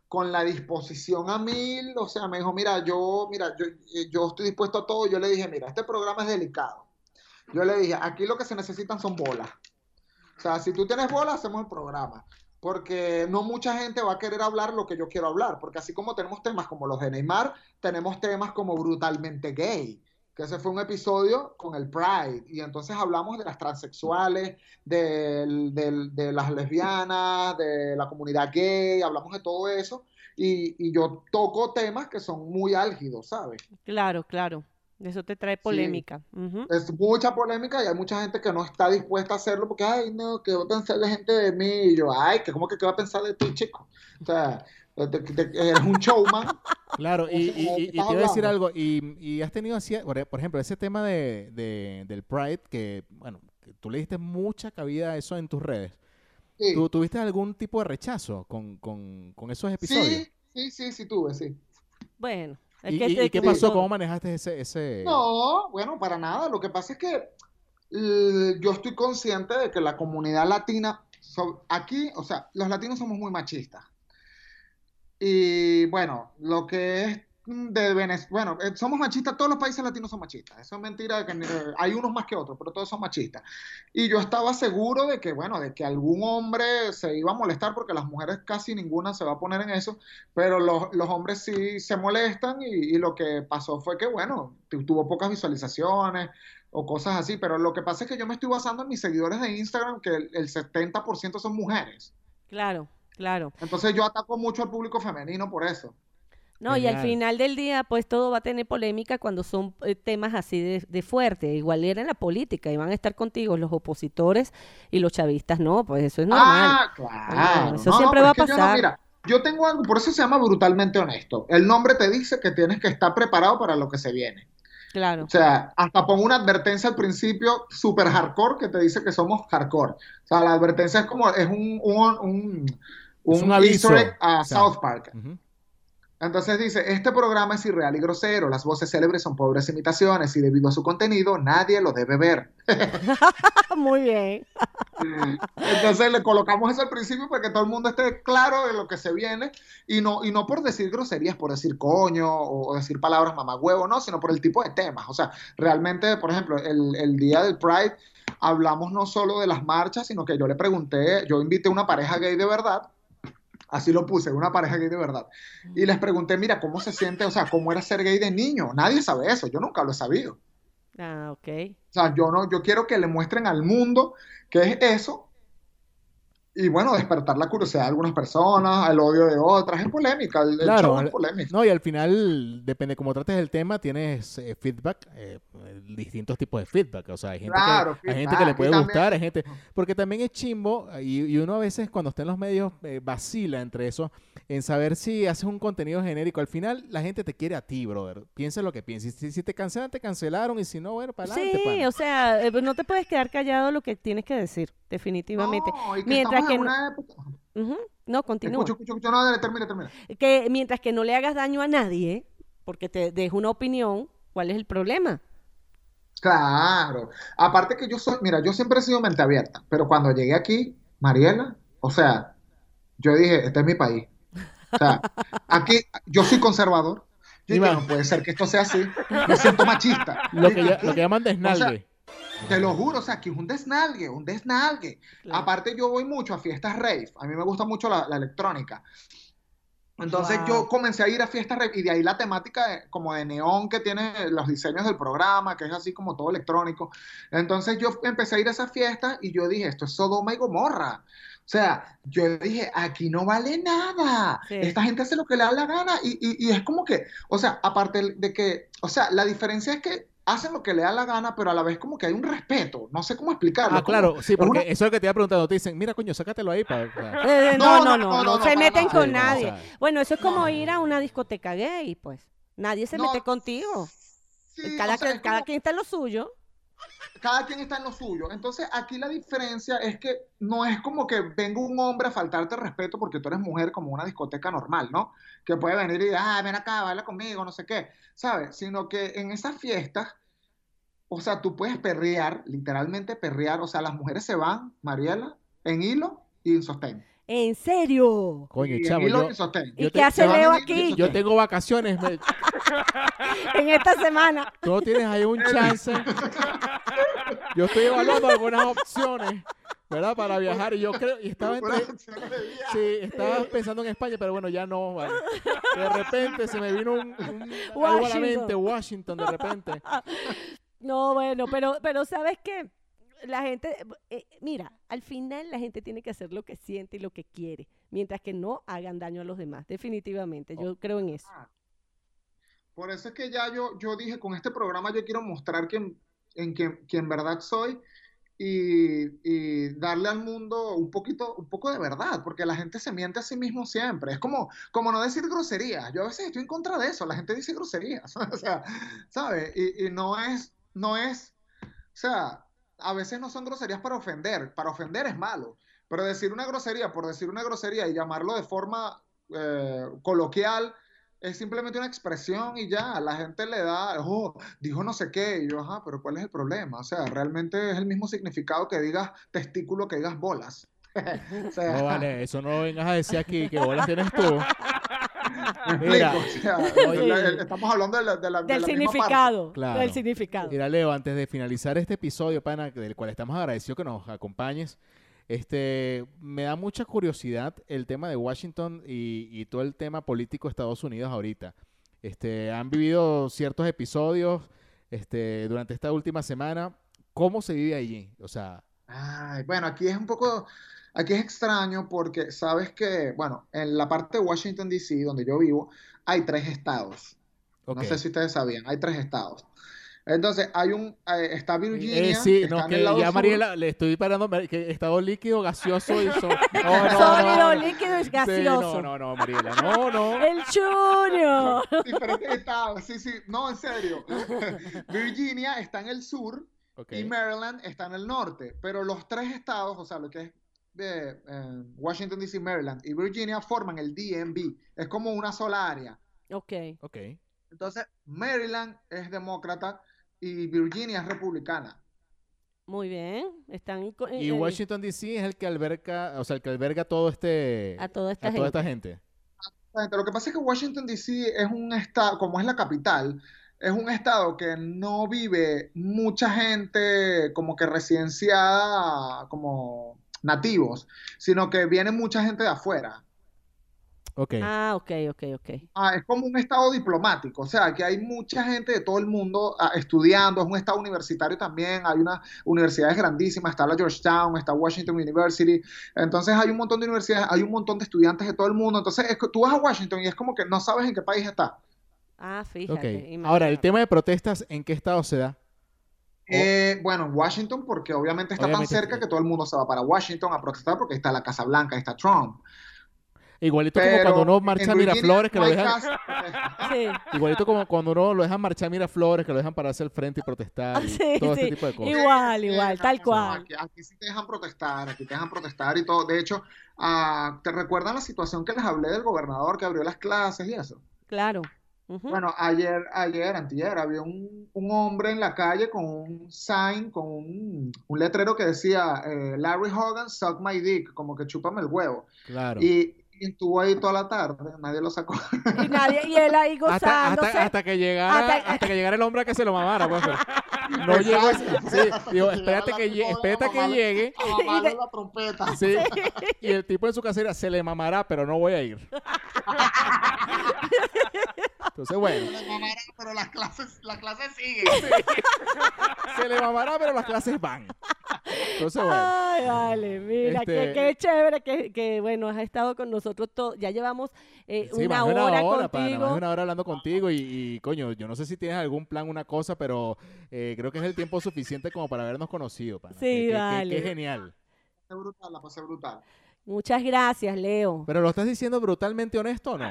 con la disposición a mil, o sea, me dijo, mira, yo, mira, yo, eh, yo estoy dispuesto a todo, yo le dije, mira, este programa es delicado. Yo le dije, aquí lo que se necesitan son bolas. O sea, si tú tienes bolas, hacemos el programa. Porque no mucha gente va a querer hablar lo que yo quiero hablar. Porque así como tenemos temas como los de Neymar, tenemos temas como Brutalmente Gay. Que ese fue un episodio con el Pride. Y entonces hablamos de las transexuales, del- del- de las lesbianas, de la comunidad gay, hablamos de todo eso. Y, y yo toco temas que son muy álgidos, ¿sabes?
Claro, claro. Eso te trae polémica. Ujú.
Es mucha polémica y hay mucha gente que no está dispuesta a hacerlo porque, ay, no, ¿qué va a pensar la gente de mí? Y yo, ay, que ¿cómo que qué va a pensar de ti, chico? O sea, eh, te- te- eres un showman.
Claro, y, y-
Entonces, ¿de
y-
qué
y te
estás
iba a decir
hablando?
algo, y, y has tenido así, por e- por ejemplo, ese tema de, de- del Pride, que, bueno, que tú le diste mucha cabida a eso en tus redes.
Sí,
¿Tú tuviste algún tipo de rechazo con, con- con esos episodios?
sí, sí, sí, sí tuve, sí.
Bueno, es
¿Y,
que este
y-
te-
y qué
que-
pasó?
todo.
¿Cómo manejaste ese...? ese...
No, bueno, para nada. Lo que pasa es que eh, yo estoy consciente de que la comunidad latina, so- aquí, o sea, los latinos somos muy machistas. Y bueno, lo que es mm, de Venezuela, bueno, eh, somos machistas, todos los países latinos son machistas. Eso es mentira, que, eh, hay unos más que otros, pero todos son machistas. Y yo estaba seguro de que, bueno, de que algún hombre se iba a molestar porque las mujeres casi ninguna se va a poner en eso pero los, los hombres sí se molestan y, y lo que pasó fue que, bueno, tu- tuvo pocas visualizaciones o cosas así, pero lo que pasa es que yo me estoy basando en mis seguidores de Instagram, que el, el 70% son mujeres.
Claro, claro.
Entonces yo ataco mucho al público femenino por eso.
No, y al
Genial.
final del día, pues todo va a tener polémica cuando son eh, temas así de, de fuerte. Igual era en la política y van a estar contigo los opositores y los chavistas, no, pues eso es normal.
Ah, claro.
Normal. Eso siempre
pero
va
es
a
que yo
pasar.
mira, yo tengo algo, por eso se llama brutalmente honesto. El nombre te dice que tienes que estar preparado para lo que se viene.
Claro.
O sea, hasta pongo una advertencia al principio super hardcore que te dice que somos hardcore. O sea, la advertencia es como, es un, un, un,
Es un
un
aviso.
easter egg a
O sea,
South Park.
Ujú.
Entonces dice, este programa es irreal y grosero, las voces célebres son pobres imitaciones y debido a su contenido nadie lo debe ver.
Muy bien.
Entonces le colocamos eso al principio para que todo el mundo esté claro de lo que se viene y no, y no por decir groserías, por decir coño o, o decir palabras mamagüevo, no, sino por el tipo de temas. O sea, realmente, por ejemplo, el, el día del Pride hablamos no solo de las marchas, sino que yo le pregunté, yo invité a una pareja gay de verdad. Así lo puse, una pareja gay de verdad. Y les pregunté, mira, ¿cómo se siente? O sea, ¿cómo era ser gay de niño? Nadie sabe eso, yo nunca lo he sabido.
Ah, ok.
O sea, yo no, yo quiero que le muestren al mundo qué es eso. Y bueno, despertar la curiosidad de algunas personas, el odio de otras, es polémica, el, el
Claro,
show
al-
es polémico.
No, y al final, depende cómo trates el tema, tienes eh, feedback, eh, distintos tipos de feedback. O sea, hay gente,
Claro,
que, hay gente que le
feedback,
puede
y también-
gustar, hay gente... Porque también es chimbo, y, y uno a veces cuando está en los medios eh, vacila entre eso, en saber si haces un contenido genérico. Al final, la gente te quiere a ti, brother. Piensa lo que pienses. Si, si te cancelan, te cancelaron, y si no, bueno, para adelante,
Sí, o sea, eh, no te puedes quedar callado lo que tienes que decir, definitivamente.
No, y que
Mientras
estamos
que no-
en una época.
Ujú. No, continúa.
Escucha, escucha, escucha, no, dale, termina, termina.
Que mientras que no le hagas daño a nadie, porque te dejo una opinión, ¿cuál es el problema?
Claro. Aparte que yo soy, mira, yo siempre he sido mente abierta, pero cuando llegué aquí, Mariela, o sea, yo dije, este es mi país. O sea, aquí yo soy conservador. Yo dije,
Iván.
no puede ser que esto sea así. Me siento machista.
pan. Lo que, ya-
Aquí-
lo que llaman desnalgue.
Te lo juro, o sea, que es un desnalgue, un desnalgue.
Claro.
Aparte, yo voy mucho a fiestas rave. A mí me gusta mucho la, la electrónica. Entonces
Wow.
yo comencé a ir a fiestas rave y de ahí la temática de- como de neón que tiene los diseños del programa, que es así como todo electrónico. Entonces yo empecé a ir a esas fiestas y yo dije, esto es Sodoma y Gomorra. O sea, yo dije, aquí no vale nada.
Sí.
Esta gente hace lo que le da la gana y, y- y es como que, o sea, aparte de que, o sea, la diferencia es que hacen lo que le da la gana, pero a la vez como que hay un respeto. No sé cómo explicarlo.
Ah,
como-
claro, sí,
es
porque
una-
eso es lo que te iba preguntando. Te dicen, mira, coño, sácatelo ahí para...
Eh, no, no, no,
No, no,
no,
no, no,
se
para
meten
nada.
con
Sí, no,
nadie.
o sea.
Bueno, eso es como
No.
ir a una discoteca gay, pues. Nadie se
No.
mete contigo.
Sí,
cada
o sea,
que-
es
cada
como-
quien está en lo suyo.
cada quien está en lo suyo. Entonces, aquí la diferencia es que no es como que venga un hombre a faltarte respeto porque tú eres mujer como una discoteca normal, ¿no? Que puede venir y, ah, ven acá, baila conmigo, no sé qué, ¿sabes? Sino que en esas fiestas, o sea, tú puedes perrear, literalmente perrear, o sea, las mujeres se van, Mariela, en hilo y en sostén.
¿En serio?
Coño,
Y en
chavo,
hilo
yo,
y en sostén.
¿Y
Yo
qué
te-
hace
se van
Leo
a ir-
aquí
yo tengo vacaciones. me-
en esta semana?
tú no tienes ahí un chance. Yo estoy evaluando algunas opciones, ¿verdad? Para viajar. Y yo creo, y estaba
Una
entre,
opción de viaje.
Sí, estaba pensando en España, pero bueno, ya no, vale. De repente se me vino un, un- algo a la
Washington.
mente, Washington, de repente.
No, bueno, pero, pero ¿sabes qué? La gente, eh, mira, al final la gente tiene que hacer lo que siente y lo que quiere, mientras que no hagan daño a los demás, definitivamente. Yo creo en eso.
Por eso es que ya yo, yo dije, con este programa yo quiero mostrar quién, en quién, quién verdad soy y, y darle al mundo un poquito, un poco de verdad, porque la gente se miente a sí mismo siempre. Es como, como no decir groserías. Yo a veces estoy en contra de eso. La gente dice groserías. O sea, ¿sabes? Y, y no es, no es, o sea, a veces no son groserías para ofender. Para ofender es malo. Pero decir una grosería por decir una grosería y llamarlo de forma eh, coloquial es simplemente una expresión y ya, la gente le da, oh, dijo no sé qué, y yo, ajá, pero ¿cuál es el problema? O sea, realmente es el mismo significado que digas testículo que digas bolas. O sea,
No, vale, eso no vengas a decir aquí, que bolas tienes tú.
me
Mira.
explico, o sea,
Oye.
la- el- estamos hablando de la, de la- de
Del
la misma parte.
significado,
Claro.
del significado.
Mira, Leo, antes de finalizar este episodio, pana, del cual estamos agradecidos que nos acompañes, este, me da mucha curiosidad el tema de Washington y, y todo el tema político de Estados Unidos ahorita. Este, han vivido ciertos episodios este, durante esta última semana. ¿Cómo se vive allí? O sea,
Ay, bueno, aquí es un poco, aquí es extraño porque sabes que, bueno, en la parte de Washington, D.C., donde yo vivo, hay tres estados.
ok.
No sé si ustedes sabían, hay tres estados. Entonces, hay un, eh, está Virginia,
Eh, sí,
que
no,
está en
que
el lado
ya
sur.
Mariela le estoy parando me- que estado líquido, gaseoso y so- no, no, no, no.
Sólido, líquido y
Sí,
gaseoso.
no, no, no, Mariela, no, no.
El Junior.
Diferentes estados, sí, sí, no, en serio. Virginia está en el sur
Ok,
y Maryland está en el norte, pero los tres estados, o sea, lo que es de, eh, Washington DC, Maryland y Virginia forman el DMV, es como una sola área.
Ok.
ok.
Entonces, Maryland es demócrata y Virginia es republicana.
Muy bien. Están co-
Y
eh,
Washington D.C. es el que alberga, o sea, el que alberga todo este,
eh, a toda esta
a toda
gente.
esta gente.
Exactamente, Lo que pasa es que Washington, D.C. es un estado, como es la capital, es un estado que no vive mucha gente como que residenciada, como nativos, sino que viene mucha gente de afuera.
Ok,
Ah, ok, ok, ok.
Ah, es como un estado diplomático, o sea, que hay mucha gente de todo el mundo ah, estudiando, es un estado universitario también, hay unas universidades grandísimas, está la Georgetown, está Washington University, entonces hay un montón de universidades, hay un montón de estudiantes de todo el mundo, entonces es que tú vas a Washington y es como que no sabes en qué país está.
Oh.
Ah, fíjate.
ok. Ahora, el
imagínate.
tema de protestas, ¿en qué estado se da?
Eh, bueno, en Washington, porque obviamente está
Obviamente,
tan cerca
sí.
que todo el mundo se va para Washington a protestar porque ahí está la Casa Blanca, ahí está Trump.
Igualito como
Pero
cuando uno
en
marcha a
Virginia
Miraflores, que
no
lo
hay
dejan,
casa-
igualito como cuando uno lo dejan marchar a Miraflores, que lo dejan pararse al frente y protestar, y
Ah, Sí,
todo este
sí.
tipo de
Sí.
cosas.
Igual,
Sí,
igual,
no,
tal
no,
cual.
Aquí, aquí sí te dejan protestar, aquí te dejan protestar y todo. De hecho, ah, ¿te recuerdan la situación que les hablé del gobernador que abrió las clases y eso?
Claro. Ujú.
Bueno, ayer, ayer, antier, había un, un hombre en la calle con un sign, con un, un letrero que decía eh, Larry Hogan, suck my dick, como que chúpame el huevo.
Claro.
Y, y estuvo ahí toda la tarde, nadie lo sacó.
Y nadie, y él ahí
hasta,
gozándose.
hasta- hasta que llegara
Hasta-
hasta, que llegara el hombre a que se lo mamara pues, pero no llegó a- sí, digo, espérate que llegue, espérate que llegue
A mamarle la trompeta.
sí, y el tipo en su casera se le mamará pero no voy a ir entonces bueno
La mamará, pero las clases, las clases siguen.
se le mamará pero las clases van entonces bueno
Ay, vale, mira, qué,
Este-
qué chévere que, que, bueno, has estado con nosotros todo. Ya llevamos eh,
Sí,
una
más de una
hora
hora, pana,
contigo.
más de una hora hablando contigo y, y, coño, yo no sé si tienes algún plan, una cosa, pero eh, creo que es el tiempo suficiente como para habernos conocido, pana.
Sí,
Que- que- que-
vale.
que genial.
Qué brutal, la pasé brutal.
Muchas gracias, Leo.
Pero lo estás diciendo brutalmente honesto o no?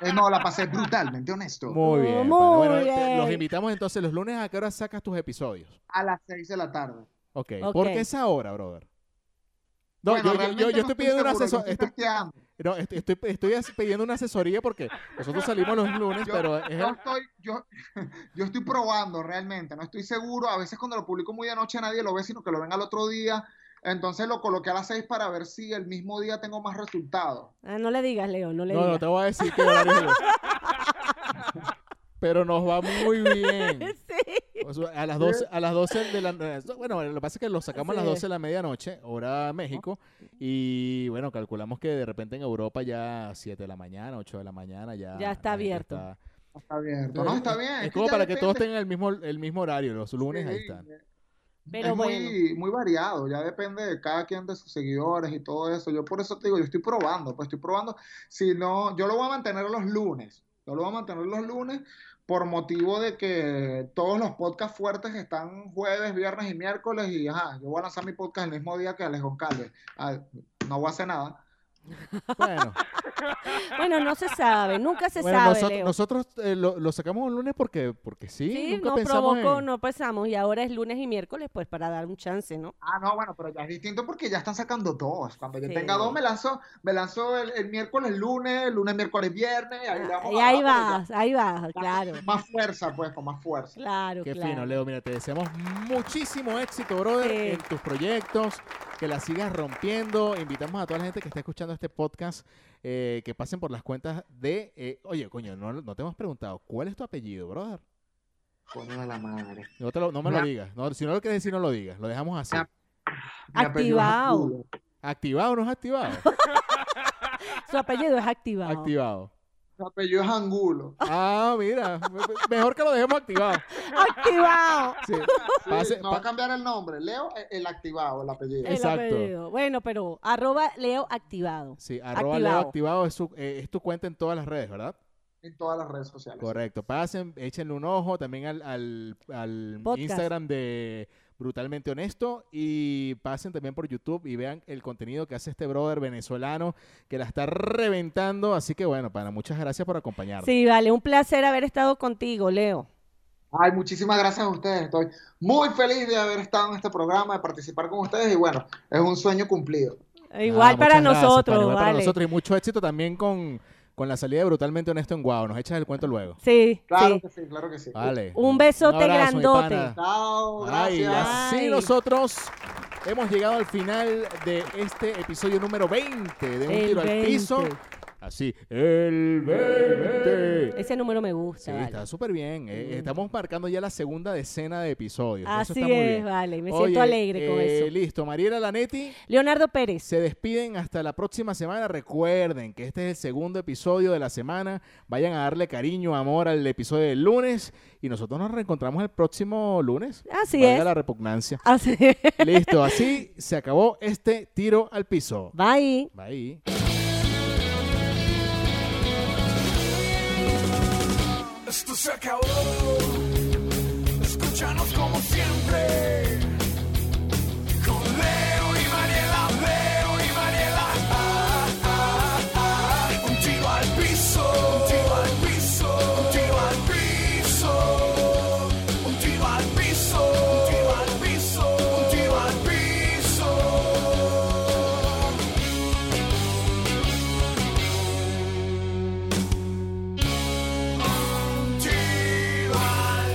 Eh, no, la pasé brutalmente, honesto.
Muy bien. pues,
Muy
bueno, bueno, te-
bien.
los invitamos entonces los lunes a qué hora sacas tus episodios.
A las 6 de la tarde.
Ok.
Ok.
¿Por qué esa hora, brother? No,
Bueno,
yo- yo, yo-
realmente
yo estoy pidiendo una
seguro, yo
asesoría.
estoy testeando.
No, est- estoy, estoy as- pidiendo una asesoría porque nosotros salimos los lunes,
Yo-
pero ¿eh? es
Yo
el-
estoy, yo, yo estoy probando realmente, no estoy seguro. A veces cuando lo publico muy de noche nadie lo ve, sino que lo ven al otro día. Entonces lo coloqué a las 6 para ver si el mismo día tengo más resultados.
Ah, no le digas, Leo, no le
No, no
digas.
te voy a decir que horario es. Pero nos va muy bien.
Sí.
O sea, A las 12, a las 12 de la eh, bueno, lo que pasa es que lo sacamos a las
Sí.
12 de la medianoche, hora México, y bueno, calculamos que de repente en Europa ya 7 de la mañana, 8 de la mañana ya
Ya está
la gente
abierto.
Está abierto. No, está bien.
Es
que
como
Ah, ya
para que todos
depende.
tengan el mismo el mismo horario, los lunes ahí
Sí,
están.
Pero
es muy, muy variado, ya depende de cada quien de sus seguidores y todo eso. Yo por eso te digo, yo estoy probando, pues estoy probando. Si no, yo lo voy a mantener los lunes. Yo lo voy a mantener los lunes por motivo de que todos los podcasts fuertes están jueves, viernes y miércoles. Y ajá, yo voy a lanzar mi podcast el mismo día que Alex Goncalves. Ah, no voy a hacer nada.
Bueno.
Bueno, no se sabe, nunca se
Bueno,
sabe,
nosot-
Leo.
nosotros eh, lo, lo sacamos un lunes porque, porque sí,
Sí,
nunca
nos
pensamos
provocó,
en...
no pensamos. Y ahora es lunes y miércoles, pues para dar un chance, ¿no?
Ah, no, bueno, pero ya es distinto porque ya están sacando dos. Cuando yo
Sí.
tenga dos, me lanzo, me lanzo el, el miércoles, lunes, lunes, miércoles, viernes. Ah, Y ahí, le
Ah,
vamos
y
a
ahí
dar, pero ya-
vas, ahí vas, claro,
Con más fuerza, pues, con más fuerza.
claro,
Qué
claro.
fino, Leo. Mira, te deseamos muchísimo éxito, brother,
Sí.
en tus proyectos, que la sigas rompiendo. Invitamos a toda la gente que está escuchando este podcast eh, que pasen por las cuentas de. eh, oye, coño, no, no te hemos preguntado, ¿cuál es tu apellido, brother?
Coño de la madre.
No, te lo- no me lo
Ra-
digas. No, si no lo quieres decir, no lo digas. Lo dejamos así.
Ra- Mi apellido es
Activado.
Arturo.
¿Activado o no es activado?
Su apellido es activado.
activado.
Mi apellido es Angulo.
Ah, mira. me- Mejor que lo dejemos activado.
Activado.
Sí.
Sí,
Pase-
me va a
pa-
cambiar el nombre. Leo eh, el activado, el apellido.
El
Exacto.
apellido. Bueno, pero arroba Leo activado.
sí, arroba Leo
Activado.
activado es, su- eh, es tu cuenta en todas las redes, ¿verdad?
En todas las redes sociales.
Correcto, pasen, échenle un ojo también al, al- al
Podcast.
Instagram de Brutalmente Honesto y pasen también por YouTube y vean el contenido que hace este brother venezolano que la está reventando. Así que bueno, para muchas gracias por acompañarnos.
Sí, vale, un placer haber estado contigo, Leo.
Ay, muchísimas gracias a ustedes. Estoy muy feliz de haber estado en este programa, de participar con ustedes. Y bueno, es un sueño cumplido.
Igual
Ah,
para
muchas gracias,
nosotros,
pana, igual
vale.
para nosotros y mucho éxito también con, con la salida de Brutalmente Honesto en Guau. Nos echas el cuento luego.
Sí,
Claro
sí.
que sí, claro que sí.
Vale.
Un besote
abrazo, mi
grandote.
pana.
Chao,
Ay, y
gracias.
así
Ay.
nosotros hemos llegado al final de este episodio número 20 de Un
El
Tiro al
20.
Piso. Así, el 20.
Ese número me
Sí,
gusta. vale. Mm.
está súper bien. eh, Estamos marcando ya la segunda decena de episodios. Eso
Así
está muy
es,
bien.
vale. Me
Oye,
siento alegre con
eh,
eso.
Listo, Mariela Lanetti.
Leonardo Pérez.
Se despiden hasta la próxima semana. Recuerden que este es el segundo episodio de la semana. Vayan a darle cariño, amor al episodio del lunes. Y nosotros nos reencontramos el próximo lunes.
Así
Valga
es.
la repugnancia.
Así es.
Listo, así se acabó este tiro al piso.
Bye.
Bye.
Esto se acabó. Escúchanos como siempre. Con Leo y Mariela, Leo y Mariela. Ah, ah, ah. Un tiro al piso, un tiro al piso, un tiro al piso. Un tiro al piso, un tiro al piso, un tiro al piso. Tiro al